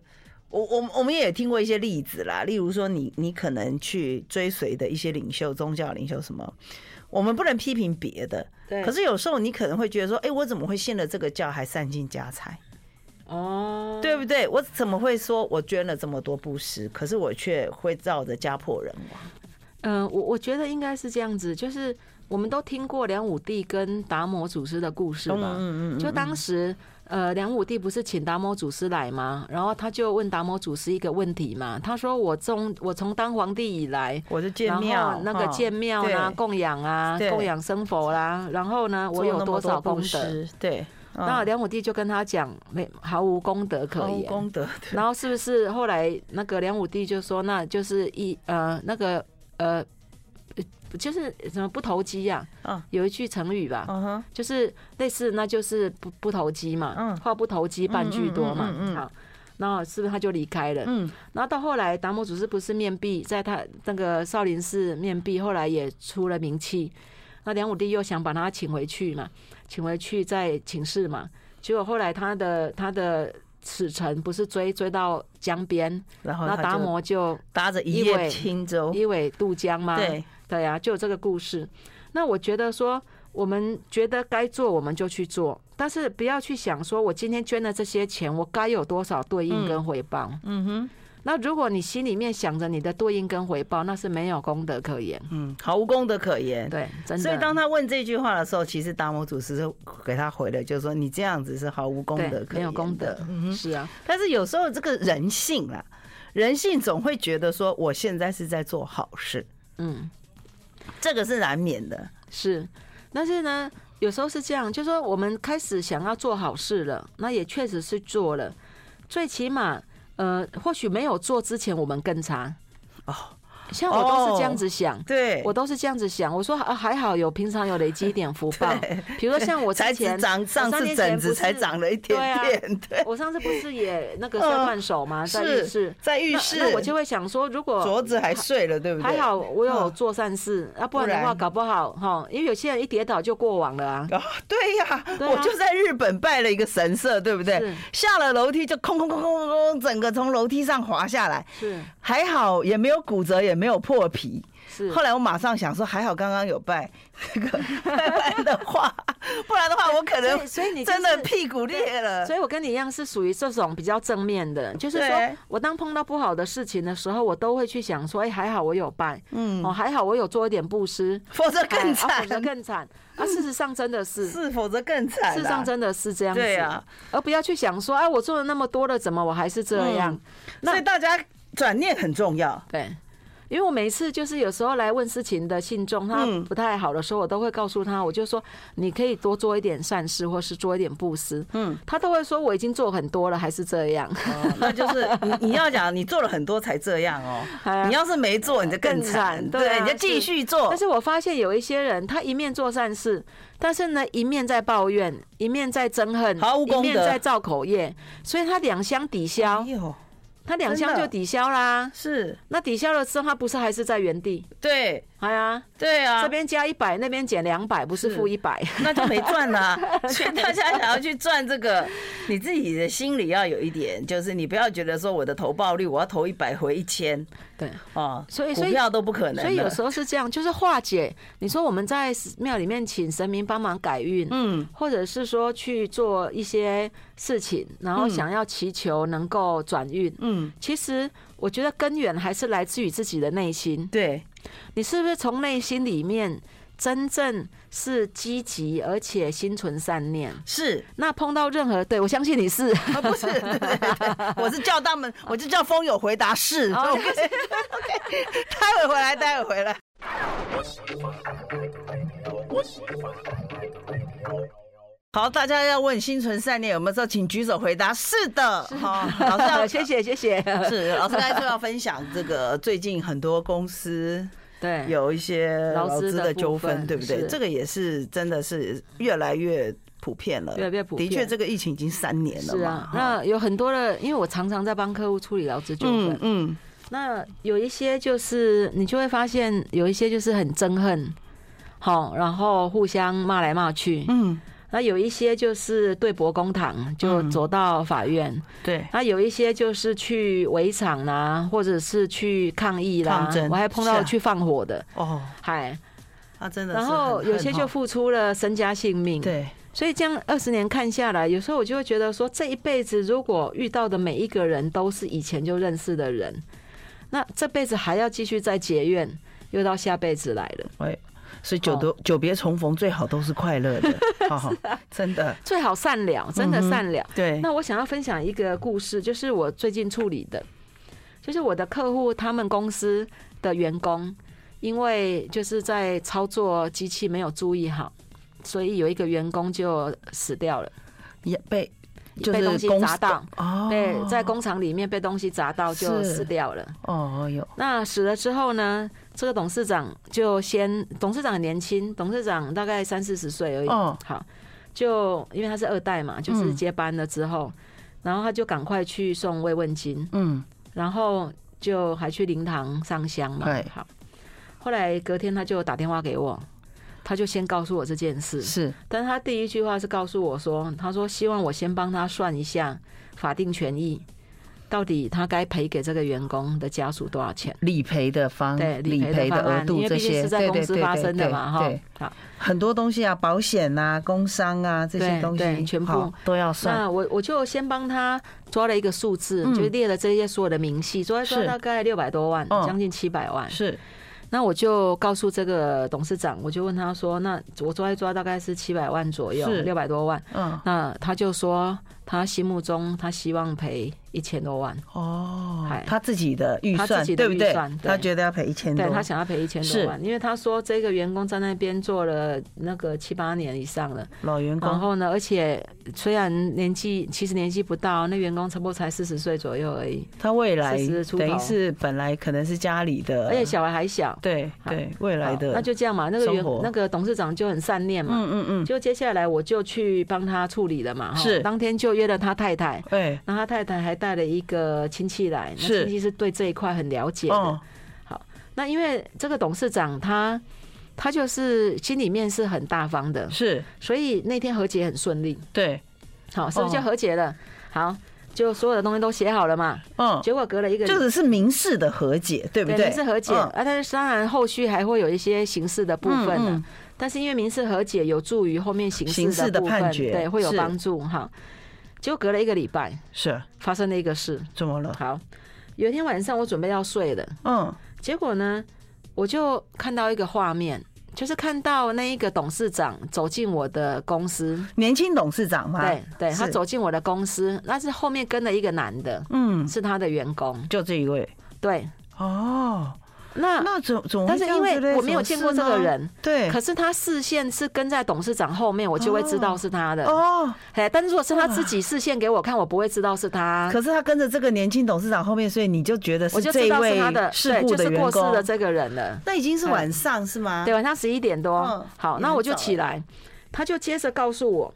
Speaker 1: 我我们我们也有听过一些例子啦，例如说你你可能去追随的一些领袖、宗教领袖什么，我们不能批评别的，
Speaker 3: 对
Speaker 1: 可是有时候你可能会觉得说，哎、我怎么会信了这个教还散尽家财？
Speaker 3: 哦，
Speaker 1: 对不对？我怎么会说我捐了这么多布施，可是我却会造着家破人亡？
Speaker 3: 嗯，我我觉得应该是这样子，就是我们都听过梁武帝跟达摩祖师的故事吧？
Speaker 1: 嗯嗯嗯嗯
Speaker 3: 就当时，呃，梁武帝不是请达摩祖师来吗？然后他就问达摩祖师一个问题嘛，他说我从我从当皇帝以来。
Speaker 1: 我就建
Speaker 3: 然
Speaker 1: 庙
Speaker 3: 后，那
Speaker 1: 哈
Speaker 3: 个建庙啦、
Speaker 1: 对
Speaker 3: 供养啊
Speaker 1: 对、
Speaker 3: 供养生佛啦、然后呢，我
Speaker 1: 做
Speaker 3: 有
Speaker 1: 那么
Speaker 3: 多少
Speaker 1: 布
Speaker 3: 功德？
Speaker 1: 施？对，嗯
Speaker 3: 那梁武帝就跟他讲，没毫无功德可
Speaker 1: 无
Speaker 3: 言。
Speaker 1: 功德对
Speaker 3: 然后是不是后来那个梁武帝就说，那就是一呃那个呃，呃就是什么不投机呀、
Speaker 1: 嗯
Speaker 3: 有一句成语吧，
Speaker 1: 嗯哼，
Speaker 3: 就是类似那就是不不投机嘛，
Speaker 1: 嗯
Speaker 3: 话不投机半句多嘛，
Speaker 1: 嗯嗯嗯嗯嗯
Speaker 3: 好，然后是不是他就离开了？
Speaker 1: 嗯
Speaker 3: 然后到后来达摩祖师不是面壁，在他那个少林寺面壁，后来也出了名气。那梁武帝又想把他请回去嘛，请回去再请示嘛，结果后来他的他的使臣不是追追到江边，
Speaker 1: 然后
Speaker 3: 那
Speaker 1: 哦他
Speaker 3: 达
Speaker 1: 就
Speaker 3: 摩就
Speaker 1: 搭着一
Speaker 3: 一
Speaker 1: 叶
Speaker 3: 苇
Speaker 1: 轻舟，
Speaker 3: 一苇渡江嘛，
Speaker 1: 对，
Speaker 3: 对呀、就有这个故事。那我觉得说，我们觉得该做，我们就去做，但是不要去想说，我今天捐了这些钱，我该有多少对应跟回报。
Speaker 1: 嗯哼，
Speaker 3: 那如果你心里面想着你的对应跟回报，那是没有功德可言。
Speaker 1: 嗯，毫无功德可言。
Speaker 3: 对，真的。
Speaker 1: 所以当他问这句话的时候，其实达摩祖师是给他回了，就是说你这样子是毫无功
Speaker 3: 对
Speaker 1: 德可言的，
Speaker 3: 没有功德，
Speaker 1: 嗯哼
Speaker 3: 是啊，
Speaker 1: 但是有时候这个人性啦，人性总会觉得说我现在是在做好事，
Speaker 3: 嗯，
Speaker 1: 这个是难免的。
Speaker 3: 是。但是呢，有时候是这样，就说我们开始想要做好事了，那也确实是做了，最起码，呃，或许没有做之前我们更差。
Speaker 1: 哦，
Speaker 3: 像我都是这样子想。
Speaker 1: 对，
Speaker 3: 我都是这样子想，我说啊还好有平常有累积一点福报
Speaker 1: 对，
Speaker 3: 比如说像我之
Speaker 1: 才只
Speaker 3: 前
Speaker 1: 长上
Speaker 3: 三
Speaker 1: 次
Speaker 3: 年前
Speaker 1: 疹
Speaker 3: 不
Speaker 1: 子
Speaker 3: 是啊
Speaker 1: 才长了一点点，对,、嗯
Speaker 3: 我上次不是也那个摔断手吗？在浴
Speaker 1: 是
Speaker 3: 室，
Speaker 1: 在
Speaker 3: 那
Speaker 1: 浴室，
Speaker 3: 那我就会想说，如果
Speaker 1: 镯子还碎了，对不对？
Speaker 3: 还好我有
Speaker 1: 嗯
Speaker 3: 做善 事，啊，不然
Speaker 1: 不然
Speaker 3: 的话搞不好哈，因为有些人一跌倒就过往了啊。
Speaker 1: 哦，对呀、
Speaker 3: 对啊
Speaker 1: 我就在日本拜了一个神社，对不对
Speaker 3: 是？
Speaker 1: 下了楼梯就空空空空空，整个从楼梯上滑下来，
Speaker 3: 是
Speaker 1: 还好也没有骨折，也没有破皮。
Speaker 3: 是
Speaker 1: 后，来我马上想说，还好刚刚有拜这个 拜拜的话，不然的话我可能
Speaker 3: 所以所以你就
Speaker 1: 真的
Speaker 3: 是
Speaker 1: 屁股裂了
Speaker 3: 所。以我跟你一样是属于这种比较正面的，就是
Speaker 1: 对
Speaker 3: 说我当碰到不好的事情的时候，我都会去想说，哎，还好我有拜，
Speaker 1: 嗯
Speaker 3: 哦，，还好我有做一点布施，
Speaker 1: 否则
Speaker 3: 哎
Speaker 1: 更
Speaker 3: 啊
Speaker 1: 惨
Speaker 3: 否，则更惨 啊！事实上真的是，
Speaker 1: 是否则更惨啊。
Speaker 3: 事实上真的是这样子，
Speaker 1: 对啊，
Speaker 3: 而不要去想说，哎，我做了那么多了，怎么我还是这
Speaker 1: 嗯
Speaker 3: 样？那
Speaker 1: 所以大家转念很重要。
Speaker 3: 对。因为我每次就是有时候来问事情的信众，他
Speaker 1: 嗯
Speaker 3: 不太好的时候，我都会告诉他，我就说你可以多做一点善事，或是做一点布施。
Speaker 1: 嗯，
Speaker 3: 他都会说我已经做很多了，还是这样，
Speaker 1: 哦那就是你你要讲，你做了很多才这样哦。
Speaker 3: 哎呀
Speaker 1: 你要是没做，你就更惨，
Speaker 3: 更惨对啊
Speaker 1: 你就继续做。
Speaker 3: 但是我发现有一些人，他一面做善事，但是呢，一面在抱怨，一面在憎恨，
Speaker 1: 毫无功德
Speaker 3: 一面在造口业，所以他两相抵消
Speaker 1: 哎，呦，
Speaker 3: 他两相
Speaker 1: 真的
Speaker 3: 就抵消啦。
Speaker 1: 是
Speaker 3: 那抵消了之后，他不是还是在原地？
Speaker 1: 对
Speaker 3: 哎呀，
Speaker 1: 对啊，
Speaker 3: 这边加一百，那边减两百，不是
Speaker 1: 是
Speaker 3: 负一百？
Speaker 1: 那就没赚啦、所以大家想要去赚这个，你自己的心里要有一点，就是你不要觉得说我的投报率，我要投一百回一千
Speaker 3: 对，
Speaker 1: 哦，
Speaker 3: 所以
Speaker 1: 股
Speaker 3: 所以
Speaker 1: 票都不可能的。
Speaker 3: 所以有时候是这样，就是化解。你说我们在寺庙里面请神明帮忙改运，
Speaker 1: 嗯，
Speaker 3: 或者是说去做一些事情，然后想要祈求能够转运。
Speaker 1: 嗯，
Speaker 3: 其实我觉得根源还是来自于自己的内心。
Speaker 1: 对，
Speaker 3: 你是不是从内心里面真正是积极，而且心存善念？
Speaker 1: 是，
Speaker 3: 那碰到任何对我相信你是，
Speaker 1: 啊、不是？对对对， 我是叫他们，我就叫风友回答是。
Speaker 3: 哦
Speaker 1: OK OK，待会回来，待会回来。好，大家要问心存善念有没有时候，请举手回答。是的，好，老师 要
Speaker 3: 谢。谢谢谢，
Speaker 1: 是老师刚才就要分享这个，最近很多公司
Speaker 3: 对，
Speaker 1: 有一些
Speaker 3: 劳
Speaker 1: 劳
Speaker 3: 资
Speaker 1: 资
Speaker 3: 哎的
Speaker 1: 的
Speaker 3: 部
Speaker 1: 纠
Speaker 3: 分
Speaker 1: 纷，对不对？
Speaker 3: 是
Speaker 1: 这个也是真的是越来越普遍了，
Speaker 3: 越来越普遍
Speaker 1: 的确，这个疫情已经三年了
Speaker 3: 是
Speaker 1: 嘛
Speaker 3: 啊，，
Speaker 1: 哈
Speaker 3: 那有很多的，因为我常常在帮客户处理劳资纠纷，
Speaker 1: 嗯
Speaker 3: 那有一些就是你就会发现有一些就是很憎恨，好，然后互相骂来骂去，
Speaker 1: 嗯，
Speaker 3: 那有一些就是对簿公堂，就走到法院，
Speaker 1: 对，
Speaker 3: 那有一些就是去围场啦，或者是去抗议啦
Speaker 1: 抗争，
Speaker 3: 我还碰
Speaker 1: 是
Speaker 3: 到
Speaker 1: 啊
Speaker 3: 去放火的，
Speaker 1: 哦，
Speaker 3: 嗨，
Speaker 1: 他真的是
Speaker 3: 然
Speaker 1: 很
Speaker 3: 后有些
Speaker 1: 恨
Speaker 3: 就
Speaker 1: 哦
Speaker 3: 付出了身家性命，
Speaker 1: 对，
Speaker 3: 所以这样二十年看下来，有时候我就会觉得说，这一辈子如果遇到的每一个人都是以前就认识的人，那这辈子还要继续再结怨，又到下辈子来了。
Speaker 1: 喂，哎所以
Speaker 3: 哦
Speaker 1: 久多久别重逢，最好都是快乐 的，好好，真的，
Speaker 3: 最好善了，真的
Speaker 1: 嗯哼
Speaker 3: 善了。
Speaker 1: 对，
Speaker 3: 那我想要分享一个故事，就是我最近处理的，就是我的客户他们公司的员工，因为就是在操作机器没有注意好，所以有一个员工就死掉了。
Speaker 1: 也被就
Speaker 3: 被东
Speaker 1: 是
Speaker 3: 西
Speaker 1: 公
Speaker 3: 砸到，
Speaker 1: 哦，
Speaker 3: 对，在工厂里面被东西砸到就是死掉了。
Speaker 1: 哦哟，
Speaker 3: 那死了之后呢，这个董事长就先，董事长很年轻，董事长大概三四十岁而已。
Speaker 1: 哦
Speaker 3: 好，就因为他是二代嘛，就是
Speaker 1: 嗯
Speaker 3: 接班了之后，然后他就赶快去送慰问金，
Speaker 1: 嗯，
Speaker 3: 然后就还去灵堂上香嘛
Speaker 1: 对。
Speaker 3: 好，后来隔天他就打电话给我，他就先告诉我这件事，
Speaker 1: 是
Speaker 3: 但他第一句话是告诉我说，他说希望我先帮他算一下法定权益，到底他该赔给这个员工的家属多少钱。
Speaker 1: 理赔的方
Speaker 3: 对
Speaker 1: 嗯理赔
Speaker 3: 的
Speaker 1: 的
Speaker 3: 方
Speaker 1: 额
Speaker 3: 案，因
Speaker 1: 度
Speaker 3: 为
Speaker 1: 这
Speaker 3: 毕竟
Speaker 1: 些，对
Speaker 3: 是在公
Speaker 1: 对
Speaker 3: 司
Speaker 1: 对
Speaker 3: 发
Speaker 1: 对
Speaker 3: 生的嘛，哈
Speaker 1: 对，
Speaker 3: 好，
Speaker 1: 很多东西啊，保险啊、工伤啊这些
Speaker 3: 对
Speaker 1: 东西
Speaker 3: 对，全部
Speaker 1: 好都要算。
Speaker 3: 那我我就先帮他抓了一个数字，
Speaker 1: 嗯
Speaker 3: 就列了这些所有的明细，抓一抓
Speaker 1: 是
Speaker 3: 大概六百多万，
Speaker 1: 嗯
Speaker 3: 将近七百万。
Speaker 1: 是
Speaker 3: 那我就告诉这个董事长，我就问他说，那我抓一抓大概是七百万左右，
Speaker 1: 是
Speaker 3: 六百多万。
Speaker 1: 嗯
Speaker 3: 那他就说，他心目中他希望赔一千多万，
Speaker 1: 哦
Speaker 3: 哎，
Speaker 1: 他自己的预
Speaker 3: 他自
Speaker 1: 算
Speaker 3: 己的
Speaker 1: 对不
Speaker 3: 预
Speaker 1: 对
Speaker 3: 算？对
Speaker 1: 他觉得要赔一千多
Speaker 3: 对，他想要赔一千多万，因为他说这个员工在那边做了那个七八年以上了，
Speaker 1: 老员
Speaker 3: 然
Speaker 1: 工
Speaker 3: 后呢，而且虽然年纪其实年纪不到，那员工差不多才四十岁左右而已，
Speaker 1: 他未来
Speaker 3: 40出头
Speaker 1: 等于是本来可能是家里的，
Speaker 3: 而且小孩还小，
Speaker 1: 对啊对未来的
Speaker 3: 好那就这样嘛。那个员
Speaker 1: 生活
Speaker 3: 那个董事长就很善念嘛，
Speaker 1: 嗯嗯嗯，
Speaker 3: 就接下来我就去帮他处理了嘛，哈
Speaker 1: 是
Speaker 3: 当天就约了他太太。
Speaker 1: 哎
Speaker 3: 那他太太还带了一个亲戚来，那
Speaker 1: 是
Speaker 3: 亲戚是对这一块很了解的。
Speaker 1: 哦
Speaker 3: 那因为这个董事长他他就是心里面是很大方的，
Speaker 1: 是
Speaker 3: 所以那天和解很顺利。
Speaker 1: 对
Speaker 3: 好，是不是
Speaker 1: 哦
Speaker 3: 就和解了？好，就所有的东西都写好了嘛。
Speaker 1: 嗯，
Speaker 3: 结果隔了一个
Speaker 1: 这个是民事的和解，对不
Speaker 3: 对
Speaker 1: 对？
Speaker 3: 民事和解、
Speaker 1: 嗯
Speaker 3: 啊，但是当然后续还会有一些刑事的部分呢、
Speaker 1: 嗯嗯
Speaker 3: 但是因为民事和解有助于后面刑
Speaker 1: 刑事
Speaker 3: 事
Speaker 1: 的
Speaker 3: 部分，
Speaker 1: 判决
Speaker 3: 对，会有
Speaker 1: 是
Speaker 3: 帮助哈。结果隔了一个礼拜，
Speaker 1: 是
Speaker 3: 发生了一个事。
Speaker 1: 怎么了？
Speaker 3: 好，有一天晚上我准备要睡了，
Speaker 1: 嗯，
Speaker 3: 结果呢，我就看到一个画面，就是看到那一个董事长走进我的公司，
Speaker 1: 年轻董事长嘛，
Speaker 3: 对，对，他
Speaker 1: 是
Speaker 3: 走进我的公司，但是后面跟了一个男的，
Speaker 1: 嗯，
Speaker 3: 是他的员工，
Speaker 1: 就这一位
Speaker 3: 对，
Speaker 1: 哦，
Speaker 3: 那。
Speaker 1: 那怎怎么
Speaker 3: 啊
Speaker 1: 会
Speaker 3: 但是
Speaker 1: 这
Speaker 3: 因
Speaker 1: 样子嘞？
Speaker 3: 为我没有
Speaker 1: 什
Speaker 3: 见
Speaker 1: 么
Speaker 3: 过
Speaker 1: 事
Speaker 3: 这个
Speaker 1: 呢，哎
Speaker 3: 人，
Speaker 1: 对，
Speaker 3: 可是他视线是跟在董事长后面，我就会知道是他的。
Speaker 1: 哦，
Speaker 3: 哎，但是如果是他自己视线给我看，我不会知道是他，
Speaker 1: 可是他跟着这个年轻董事长后面，所以你就觉得
Speaker 3: 啊我
Speaker 1: 是
Speaker 3: 就
Speaker 1: 这
Speaker 3: 知
Speaker 1: 一
Speaker 3: 道是
Speaker 1: 位
Speaker 3: 他的，
Speaker 1: 事
Speaker 3: 对，
Speaker 1: 故
Speaker 3: 就是
Speaker 1: 员
Speaker 3: 过世
Speaker 1: 工
Speaker 3: 的，这个人了。
Speaker 1: 那已经是晚上是吗？
Speaker 3: 对，晚上十一点多
Speaker 1: 嗯。
Speaker 3: 好，
Speaker 1: 也
Speaker 3: 那
Speaker 1: 很
Speaker 3: 我就
Speaker 1: 早
Speaker 3: 起来，他就接着告诉我。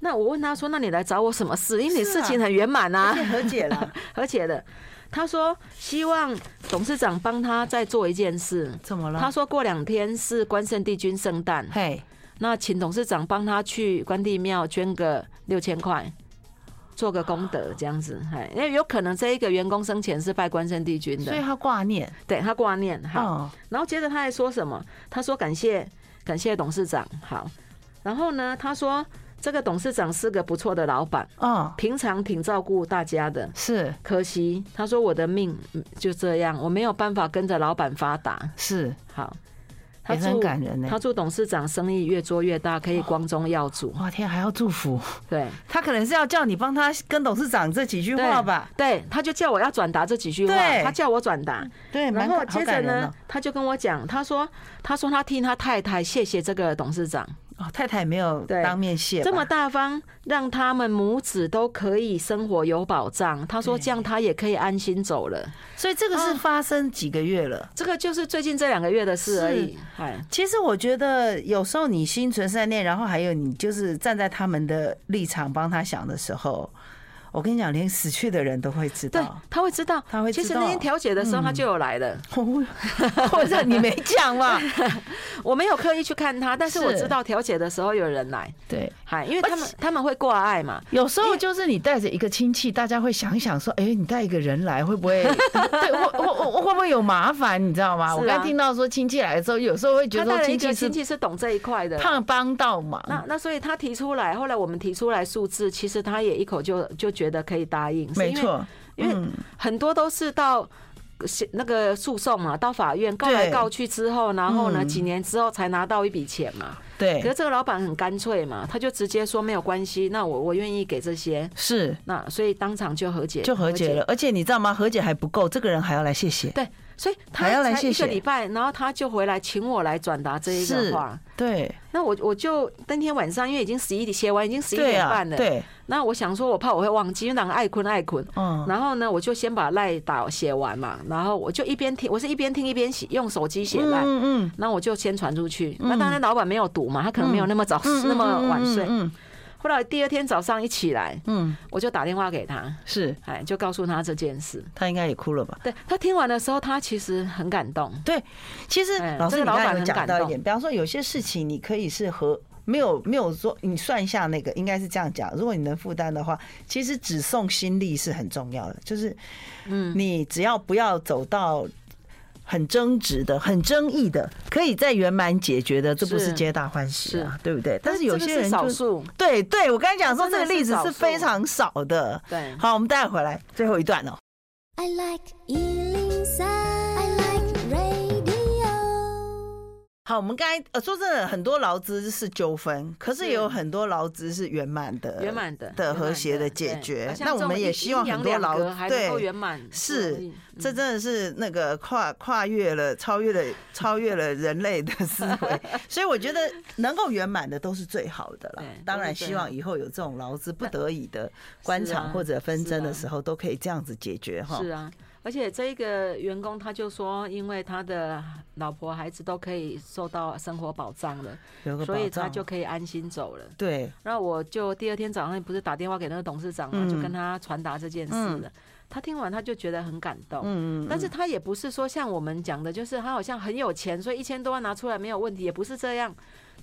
Speaker 3: 那我问他说：“那你来找我什么事？因为你
Speaker 1: 是啊
Speaker 3: 事情很圆满
Speaker 1: 而
Speaker 3: 啊
Speaker 1: 且，和解 了，
Speaker 3: 而且的。”他说：“希望董事长帮他再做一件事。
Speaker 1: 怎么”了？
Speaker 3: 他说过两天是关圣帝君圣诞，
Speaker 1: 嘿，
Speaker 3: 那请董事长帮他去关帝庙捐个六千块，做个功德这样子。哎，因为有可能这一个员工生前是拜关圣帝君
Speaker 1: 所以
Speaker 3: 的，
Speaker 1: 他挂念，
Speaker 3: 对他挂念。好，
Speaker 1: 哦，
Speaker 3: 然后接着他还说什么？他说感谢感谢董事长，好。然后呢，他说这个董事长是个不错的老板，
Speaker 1: 哦，
Speaker 3: 平常挺照顾大家的。
Speaker 1: 是
Speaker 3: 可惜他说我的命嗯就这样，我没有办法跟着老板发达。
Speaker 1: 是，
Speaker 3: 好，他
Speaker 1: 也
Speaker 3: 祝
Speaker 1: 很感人欸呢
Speaker 3: 他。祝董事长生意越做越大，可以光宗耀祖。
Speaker 1: 哇天，还要祝福，
Speaker 3: 对
Speaker 1: 他可能是要叫你帮他跟董事长这几句话吧？
Speaker 3: 对，他就叫我要转达这几句话
Speaker 1: 对，
Speaker 3: 他叫我转达。
Speaker 1: 对，蛮
Speaker 3: 然后
Speaker 1: 感好
Speaker 3: 接着
Speaker 1: 感人哦
Speaker 3: 呢，他就跟我讲，他说他说他替他太太谢谢这个董事长。
Speaker 1: 哦，哦太太没有
Speaker 3: 对
Speaker 1: 当面谢吧，
Speaker 3: 这么大方，让他们母子都可以生活有保障。他说这样他也可以安心走了。
Speaker 1: 所以这个是发生几个月了。
Speaker 3: 这个就是最近这两个月的事而已。哎，
Speaker 1: 其实我觉得有时候你心存善念，然后还有你就是站在他们的立场帮他想的时候，我跟你讲，连死去的人都会知
Speaker 3: 对
Speaker 1: 道。，
Speaker 3: 哦他会知道。
Speaker 1: 他会知
Speaker 3: 其
Speaker 1: 道
Speaker 3: 实那天调解的时候他就有来了，
Speaker 1: 或者你没讲 嘛？
Speaker 3: 我没有刻意去看他，但是
Speaker 1: 是
Speaker 3: 我知道调解的时候有人来。
Speaker 1: 对，
Speaker 3: 嗨，因为他们他们会挂碍嘛，
Speaker 1: 有时候就是你带着一个亲戚，大家会想一想说，哎、你带一个人来会不 会对会会会会不会有麻烦？你知道吗？
Speaker 3: 是啊
Speaker 1: 我刚听到说亲戚来的时候，有时候会觉
Speaker 3: 他
Speaker 1: 得
Speaker 3: 带
Speaker 1: 说
Speaker 3: 了一
Speaker 1: 亲
Speaker 3: 个
Speaker 1: 戚
Speaker 3: 亲
Speaker 1: 是
Speaker 3: 戚是懂这一块的。
Speaker 1: 怕帮倒忙，
Speaker 3: 那那所以他提出来，后来我们提出来数字，其实他也一口就就觉得可以答应，是因为，因为
Speaker 1: 嗯
Speaker 3: 很多都是到是那个诉讼嘛，到法院告来
Speaker 1: 对
Speaker 3: 告去之后，然后呢，
Speaker 1: 嗯
Speaker 3: 几年之后才拿到一笔钱嘛。可是
Speaker 1: 对，
Speaker 3: 这个老板很干脆嘛，他就直接说没有关系，那我我愿意给这些，
Speaker 1: 是
Speaker 3: 那所以当场就和解，
Speaker 1: 就和解了。。而且你知道吗？和解还不够，这个人还要来谢谢。
Speaker 3: 对，所以他
Speaker 1: 还要来
Speaker 3: 才
Speaker 1: 谢
Speaker 3: 一个
Speaker 1: 谢
Speaker 3: 礼拜，然后他就回来请我来转达这一个
Speaker 1: 是
Speaker 3: 话。
Speaker 1: 对
Speaker 3: 那我我就那天晚上，因为已经十一点写完，已经十一
Speaker 1: 对
Speaker 3: 点
Speaker 1: 啊，
Speaker 3: 半了。
Speaker 1: 对，
Speaker 3: 那我想说，我怕我会忘记，因为那个爱困爱困。
Speaker 1: 嗯，
Speaker 3: 然后呢，我就先把赖打写完嘛，然后我就一边听，我是一边听一边写，用手机写赖。
Speaker 1: 嗯嗯，
Speaker 3: 那我就先传出去。那当然，老板没有读嘛，他可能没有那么早、
Speaker 1: 嗯
Speaker 3: 那么晚睡。
Speaker 1: 嗯
Speaker 3: 后来第二天早上一起来，
Speaker 1: 嗯，
Speaker 3: 我就打电话给他，
Speaker 1: 是
Speaker 3: 哎，就告诉他这件事。
Speaker 1: 他应该也哭了吧？
Speaker 3: 对他听完的时候，他其实很感动。
Speaker 1: 对，其实
Speaker 3: 哎
Speaker 1: 老师
Speaker 3: 这
Speaker 1: 你
Speaker 3: 个
Speaker 1: 刚
Speaker 3: 老板
Speaker 1: 才有
Speaker 3: 很
Speaker 1: 讲
Speaker 3: 感
Speaker 1: 到一
Speaker 3: 动
Speaker 1: 点，比方说有些事情你可以是和没有没有说你算一下那个，应该是这样讲。如果你能负担的话，其实只送心力是很重要的，就是
Speaker 3: 嗯，
Speaker 1: 你只要不要走到。很争执的、很争议的，可以在圆满解决的，这不是
Speaker 3: 是
Speaker 1: 皆大欢喜啊，对不对？但
Speaker 3: 但
Speaker 1: 是
Speaker 3: 是
Speaker 1: 有
Speaker 3: 有些
Speaker 1: 些人
Speaker 3: 人
Speaker 1: 就
Speaker 3: 少数，
Speaker 1: 对对，我刚才讲说
Speaker 3: 真
Speaker 1: 这
Speaker 3: 的
Speaker 1: 个例
Speaker 3: 是
Speaker 1: 子
Speaker 3: 少
Speaker 1: 是
Speaker 3: 数
Speaker 1: 非常少的。
Speaker 3: 对，
Speaker 1: 好，我们待会回来最后一段哦。
Speaker 4: I like Ealing Sound. I like radio.
Speaker 1: 好，我们刚才呃说真的，很多劳资是纠纷，可是
Speaker 3: 是
Speaker 1: 也有很多劳资是圆满的，
Speaker 3: 圆满的
Speaker 1: 呃的和谐的解决那我们也希望很多劳对
Speaker 3: 对够圆满
Speaker 1: 是
Speaker 3: 不容易嗯
Speaker 1: 这真的是那个跨跨越了、超越了、超越了人类的思维，所以我觉得能够圆满的都是最好的啦
Speaker 3: 对。
Speaker 1: 当
Speaker 3: 都
Speaker 1: 然，
Speaker 3: 是最
Speaker 1: 希望
Speaker 3: 好
Speaker 1: 以后有这种劳资不得已的官场
Speaker 3: 啊
Speaker 1: 或者纷
Speaker 3: 是
Speaker 1: 争的
Speaker 3: 啊
Speaker 1: 时候，都可以这样子解决哈。
Speaker 3: 是啊。而且这一个员工他就说，因为他的老婆孩子都可以受到生活保障了，
Speaker 1: 有个
Speaker 3: 所以
Speaker 1: 保
Speaker 3: 他
Speaker 1: 障
Speaker 3: 就。可以安心走了。
Speaker 1: 对，
Speaker 3: 那我就第二天早上不是打电话给那个董事长嘛，
Speaker 1: 嗯
Speaker 3: 就跟他传达这件事
Speaker 1: 嗯
Speaker 3: 了。他听完他就觉得很感动，
Speaker 1: 嗯嗯，
Speaker 3: 但是他也不是说像我们讲的，就是他好像很有钱，所以一千多万拿出来没有问题，也不是这样。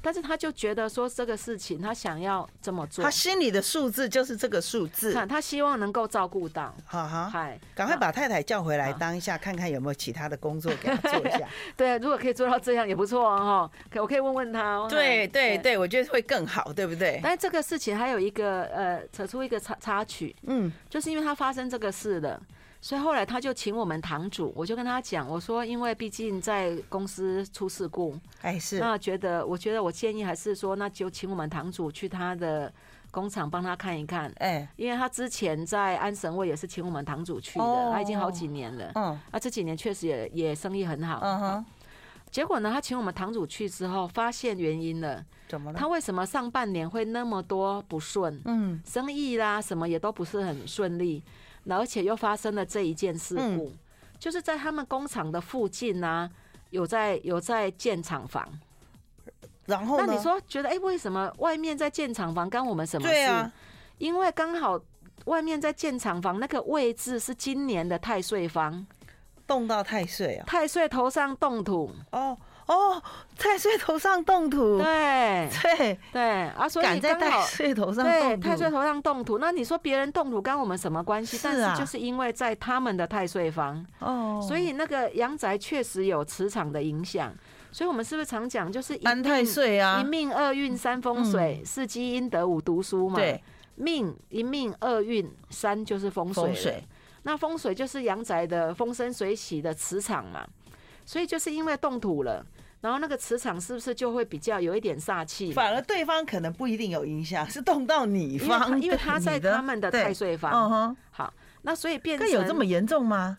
Speaker 3: 但是他就觉得说这个事情他想要这么做
Speaker 1: 他，心里的数字就是这个数字，
Speaker 3: 看他希望能够照顾到，
Speaker 1: 哈哈，
Speaker 3: 嗨，
Speaker 1: 赶快
Speaker 3: 那
Speaker 1: 把太太叫回来
Speaker 3: 好
Speaker 1: 当一下，看看有没有其他的工作给她做一下。
Speaker 3: 对，啊如果可以做到这样也不错哦，哈可我可以问问他哦。嗨
Speaker 1: 对对。对，我觉得会更好，对不对？
Speaker 3: 但是这个事情还有一个呃，扯出一个插插曲，
Speaker 1: 嗯，
Speaker 3: 就是因为他发生这个事了，所以后来他就请我们堂主，我就跟他讲，我说因为毕竟在公司出事故，
Speaker 1: 哎是，
Speaker 3: 那觉得我觉得我建议还是说，那就请我们堂主去他的工厂帮他看一看，
Speaker 1: 哎，
Speaker 3: 因为他之前在安神卫也是请我们堂主去
Speaker 1: 哦
Speaker 3: 的，他已经好几年了。
Speaker 1: 嗯
Speaker 3: 啊，这几年确实也也生意很好。
Speaker 1: 嗯哼，
Speaker 3: 结果呢，他请我们堂主去之后，发现原因了。
Speaker 1: 怎么了？
Speaker 3: 他为什么上半年会那么多不顺？
Speaker 1: 嗯
Speaker 3: 生意啦什么也都不是很顺利，那而且又发生了这一件事故，
Speaker 1: 嗯
Speaker 3: 就是在他们工厂的附近呢、有在有在建厂房。
Speaker 1: 然后
Speaker 3: 那
Speaker 1: 呢？
Speaker 3: 你说觉得哎、诶为什么外面在建厂房干我们什么事？
Speaker 1: 对啊，
Speaker 3: 因为刚好外面在建厂房那个位置是今年的太岁房，
Speaker 1: 动到太岁啊，
Speaker 3: 太岁头上动土，
Speaker 1: 哦哦，太岁头上动土，
Speaker 3: 对
Speaker 1: 对，
Speaker 3: 对啊，所以
Speaker 1: 哦赶在
Speaker 3: 刚
Speaker 1: 太
Speaker 3: 好。
Speaker 1: 岁头上
Speaker 3: 对
Speaker 1: 动
Speaker 3: 太岁
Speaker 1: 土，
Speaker 3: 头上动土，那你说别人动土干我们什么关系？
Speaker 1: 是
Speaker 3: 但
Speaker 1: 啊
Speaker 3: 是就是因为在他们的太岁房，
Speaker 1: 哦，
Speaker 3: 所以那个阳宅确实有磁场的影响，所以我们是不是常讲就是一
Speaker 1: 安太
Speaker 3: 命
Speaker 1: 岁啊嗯
Speaker 3: 一，命二运三风水，四积阴德五读书嘛。
Speaker 1: 对，，
Speaker 3: 命一命二运三就是风水了
Speaker 1: 风水，
Speaker 3: 那风水就是阳宅的风生水起的磁场嘛，所以就是因为动土了，然后那个磁场是不是就会比较有一点煞气？
Speaker 1: 反而对方可能不一定有影响，是动到你
Speaker 3: 因为他
Speaker 1: 方，
Speaker 3: 因为他
Speaker 1: 对
Speaker 3: 在
Speaker 1: 你的
Speaker 3: 他们的太，岁
Speaker 1: 对
Speaker 3: 方
Speaker 1: 嗯，哼，
Speaker 3: 好，那所以变成嗯
Speaker 1: 那有这么严重吗？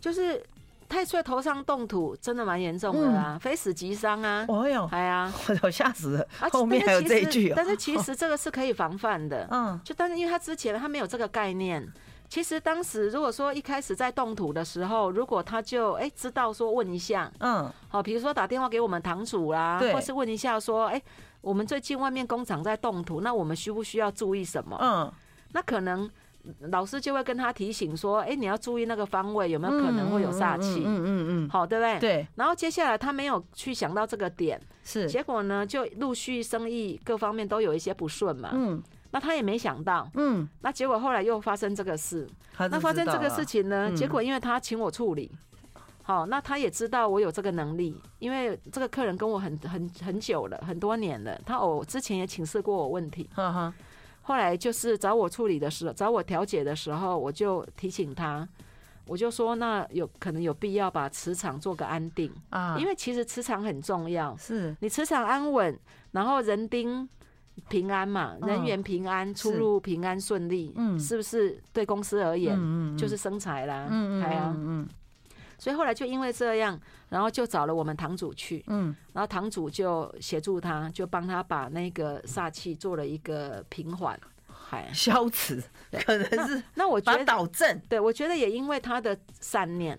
Speaker 3: 就是太岁头上动土，真的蛮严重的啊，
Speaker 1: 嗯
Speaker 3: 非死即伤啊，
Speaker 1: 哦哟，
Speaker 3: 哎呀，
Speaker 1: 我吓死了
Speaker 3: 啊，
Speaker 1: 后面还有这一句哦，
Speaker 3: 但是其实但是其实这个是可以防范的，
Speaker 1: 嗯，
Speaker 3: 就但是因为他之前他没有这个概念。其实当时如果说一开始在动土的时候，如果他就哎、知道说问一下，
Speaker 1: 嗯，
Speaker 3: 好，比如说打电话给我们堂主啦，
Speaker 1: 对
Speaker 3: 或是问一下说，哎、我们最近外面工厂在动土，那我们需不需要注意什么？
Speaker 1: 嗯，
Speaker 3: 那可能老师就会跟他提醒说，哎、你要注意那个方位有没有可能会有煞气，
Speaker 1: 嗯嗯嗯嗯
Speaker 3: 好，对不对？
Speaker 1: 嗯，。对，
Speaker 3: 然后接下来他没有去想到这个点，
Speaker 1: 是，
Speaker 3: 结果呢就陆续生意各方面都有一些不顺嘛。
Speaker 1: 嗯
Speaker 3: 那他也没想到，
Speaker 1: 嗯，
Speaker 3: 那结果后来又发生这个事。
Speaker 1: 他
Speaker 3: 那
Speaker 1: 就
Speaker 3: 发
Speaker 1: 知
Speaker 3: 生这
Speaker 1: 道
Speaker 3: 个
Speaker 1: 了
Speaker 3: 事，情呢，
Speaker 1: 嗯
Speaker 3: 结果因为他请我处理，好，那他也知道我有这个能力，因为这个客人跟我很很很久了，很多年了，他偶之前也请示过我问题。
Speaker 1: 哈哈，
Speaker 3: 后来就是找我处理的时候，找我调解的时候，我就提醒他，我就说那有可能有必要把磁场做个安定，
Speaker 1: 啊，
Speaker 3: 因
Speaker 1: 为
Speaker 3: 为其实磁场很重要，
Speaker 1: 是
Speaker 3: 你磁场安稳，然后人丁平安嘛，
Speaker 1: 嗯
Speaker 3: 人员平安，出
Speaker 1: 是
Speaker 3: 入平安顺利，
Speaker 1: 嗯
Speaker 3: 是不是对公司而言
Speaker 1: 嗯嗯
Speaker 3: 就是生财啦？
Speaker 1: 嗯嗯
Speaker 3: 哎呀
Speaker 1: 嗯嗯，
Speaker 3: 所以后来就因为这样，然后就找了我们堂主去，
Speaker 1: 嗯，
Speaker 3: 然后堂主就协助他，就帮他把那个煞气做了一个平缓。哎，
Speaker 1: 嗯 消 磁可能是
Speaker 3: 那我觉
Speaker 1: 把
Speaker 3: 得
Speaker 1: 导正，
Speaker 3: 对，我觉得也因为他的善念，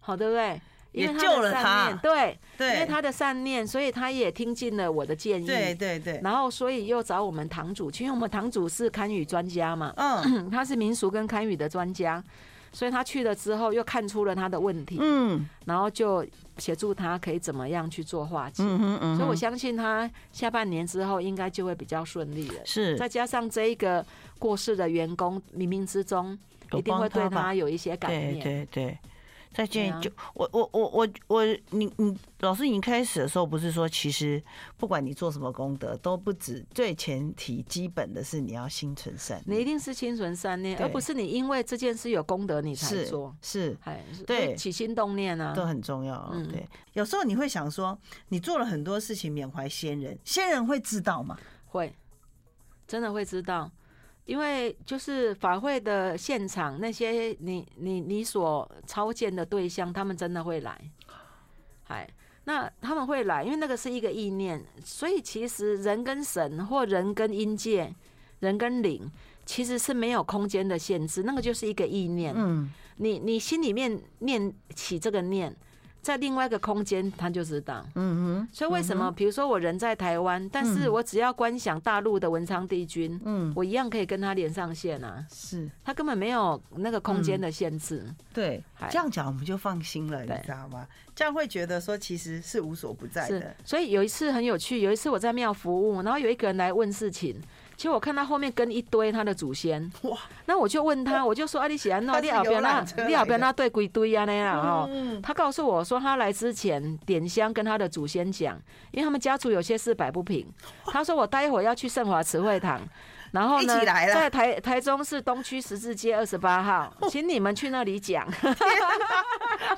Speaker 3: 好，对不对？因为
Speaker 1: 也
Speaker 3: 他
Speaker 1: 救
Speaker 3: 的
Speaker 1: 了
Speaker 3: 善
Speaker 1: 他
Speaker 3: 念对，因
Speaker 1: 对
Speaker 3: 为他的善念，所以他也听进了我的建议，
Speaker 1: 对对对，
Speaker 3: 然后所以又找我们堂主去，因为我们堂主是堪舆专家嘛，
Speaker 1: 嗯
Speaker 3: 他是民俗跟堪舆的专家，所以他去了之后又看出了他的问题，
Speaker 1: 嗯
Speaker 3: 然后就协助他可以怎么样去做化解。
Speaker 1: 嗯哼嗯哼，
Speaker 3: 所以我相信他下半年之后应该就会比较顺利了。
Speaker 1: 是
Speaker 3: 再加上这一个过世的员工，冥冥之中
Speaker 1: 有
Speaker 3: 一定会
Speaker 1: 帮
Speaker 3: 对
Speaker 1: 吧
Speaker 3: 他有一些感
Speaker 1: 对
Speaker 3: 念。
Speaker 1: 对对，再
Speaker 3: 对
Speaker 1: 见
Speaker 3: 啊
Speaker 1: 就我我我我我你你老师，你开始的时候不是说，其实不管你做什么功德，都不止最前提基本的是你要心存善
Speaker 3: 你一
Speaker 1: 念，
Speaker 3: 定是心存善念，
Speaker 1: 对
Speaker 3: 而不是你因为这件事有功德你才
Speaker 1: 是
Speaker 3: 做，
Speaker 1: 是
Speaker 3: 哎，是
Speaker 1: 对
Speaker 3: 起心动念啊，
Speaker 1: 都很重要哦。
Speaker 3: 嗯
Speaker 1: 对，有时候你会想说，你做了很多事情缅怀先人，先人会知道吗？
Speaker 3: 会，真的会知道，因为就是法会的现场那些你你你所超荐的对象，他们真的会来，哎，那他们会来，因为那个是一个意念，所以其实人跟神或人跟阴界、人跟灵其实是没有空间的限制，那个就是一个意念，
Speaker 1: 嗯，
Speaker 3: 你你心里面念起这个念。在另外一个空间，他就知道。
Speaker 1: 嗯
Speaker 3: 所以为什么？比如说我人在台湾，但是我只要观想大陆的文昌帝君，
Speaker 1: 嗯
Speaker 3: 我一样可以跟他连上线啊，
Speaker 1: 哼，是
Speaker 3: 他根本没有那个空间的限制。
Speaker 1: 对，
Speaker 3: 哎
Speaker 1: 这样讲我们就放心了，你
Speaker 3: 对
Speaker 1: 知道吗？这样会觉得说其实是无所不在
Speaker 3: 是
Speaker 1: 的，，
Speaker 3: 所以有一次很有趣，有一次我在庙服务，然后有一个人来问事情。其实我看他后面跟一堆他的祖先，
Speaker 1: 哇，
Speaker 3: 那我就问他，我就说：“啊，你喜欢
Speaker 1: 他
Speaker 3: 那，
Speaker 1: 是
Speaker 3: 你好不要
Speaker 1: 游
Speaker 3: 那
Speaker 1: 览车，来
Speaker 3: 你好不要
Speaker 1: 的
Speaker 3: 那对鬼堆啊那样哦。
Speaker 1: 嗯
Speaker 3: 他告诉我说，他来之前点香跟他的祖先讲，因为他们家族有些事摆不平。他说我待会要去圣华慈惠堂，然 后
Speaker 1: 一
Speaker 3: 呢，
Speaker 1: 起来了
Speaker 3: 在台台中市东区十字街二十八 号，请你们去那里讲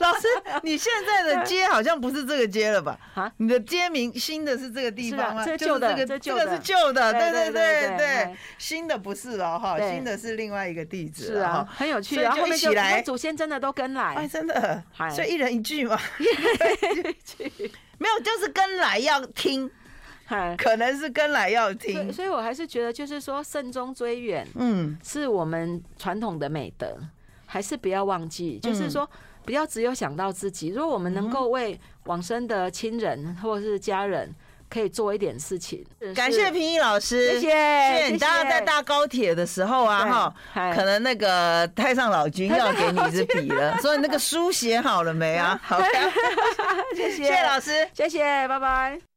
Speaker 1: 老师，你现在 的街好像不是这个街了吧？
Speaker 3: 啊。
Speaker 1: 你的街名新的是这个地方吗？
Speaker 3: 是啊这
Speaker 1: 就是
Speaker 3: 旧的
Speaker 1: 这个
Speaker 3: 这
Speaker 1: 这
Speaker 3: 旧
Speaker 1: 个
Speaker 3: 的
Speaker 1: 是旧的，
Speaker 3: 对
Speaker 1: 对对
Speaker 3: 对对
Speaker 1: 对
Speaker 3: 对，
Speaker 1: 新的不是哦哈，
Speaker 3: 对
Speaker 1: 新的是另外一个地址
Speaker 3: 是
Speaker 1: 了
Speaker 3: 啊，
Speaker 1: 哈。
Speaker 3: 很有趣。
Speaker 1: 所以
Speaker 3: 然后
Speaker 1: 就
Speaker 3: 后
Speaker 1: 一
Speaker 3: 面
Speaker 1: 起
Speaker 3: 就
Speaker 1: 来
Speaker 3: 他祖先真的都跟
Speaker 1: 哎，
Speaker 3: 来，
Speaker 1: 真的，
Speaker 3: 嗨
Speaker 1: 所以一人一句嘛， 没有，就是跟来要 听，
Speaker 3: 嗨
Speaker 1: 可能是跟来要
Speaker 3: 所以
Speaker 1: 听，
Speaker 3: 所以我还是觉得，就是说慎终追远，
Speaker 1: 嗯，
Speaker 3: 是我们传统的美德，还是不要忘记，就是说不要只有想到自己。如果我们能够为往生的亲人或者是家人，可以做一点事情，
Speaker 1: 感谢平易老师，谢
Speaker 3: 谢谢，谢
Speaker 1: 谢你。当然在搭高铁的时候啊，
Speaker 3: 对
Speaker 1: 哈。
Speaker 3: 嗨
Speaker 1: 可能那个太上老君要给你一支笔了，
Speaker 3: 哎
Speaker 1: 所以那 个书写好了没啊？好，谢
Speaker 3: 谢谢
Speaker 1: 谢老师。
Speaker 3: 谢谢，拜拜。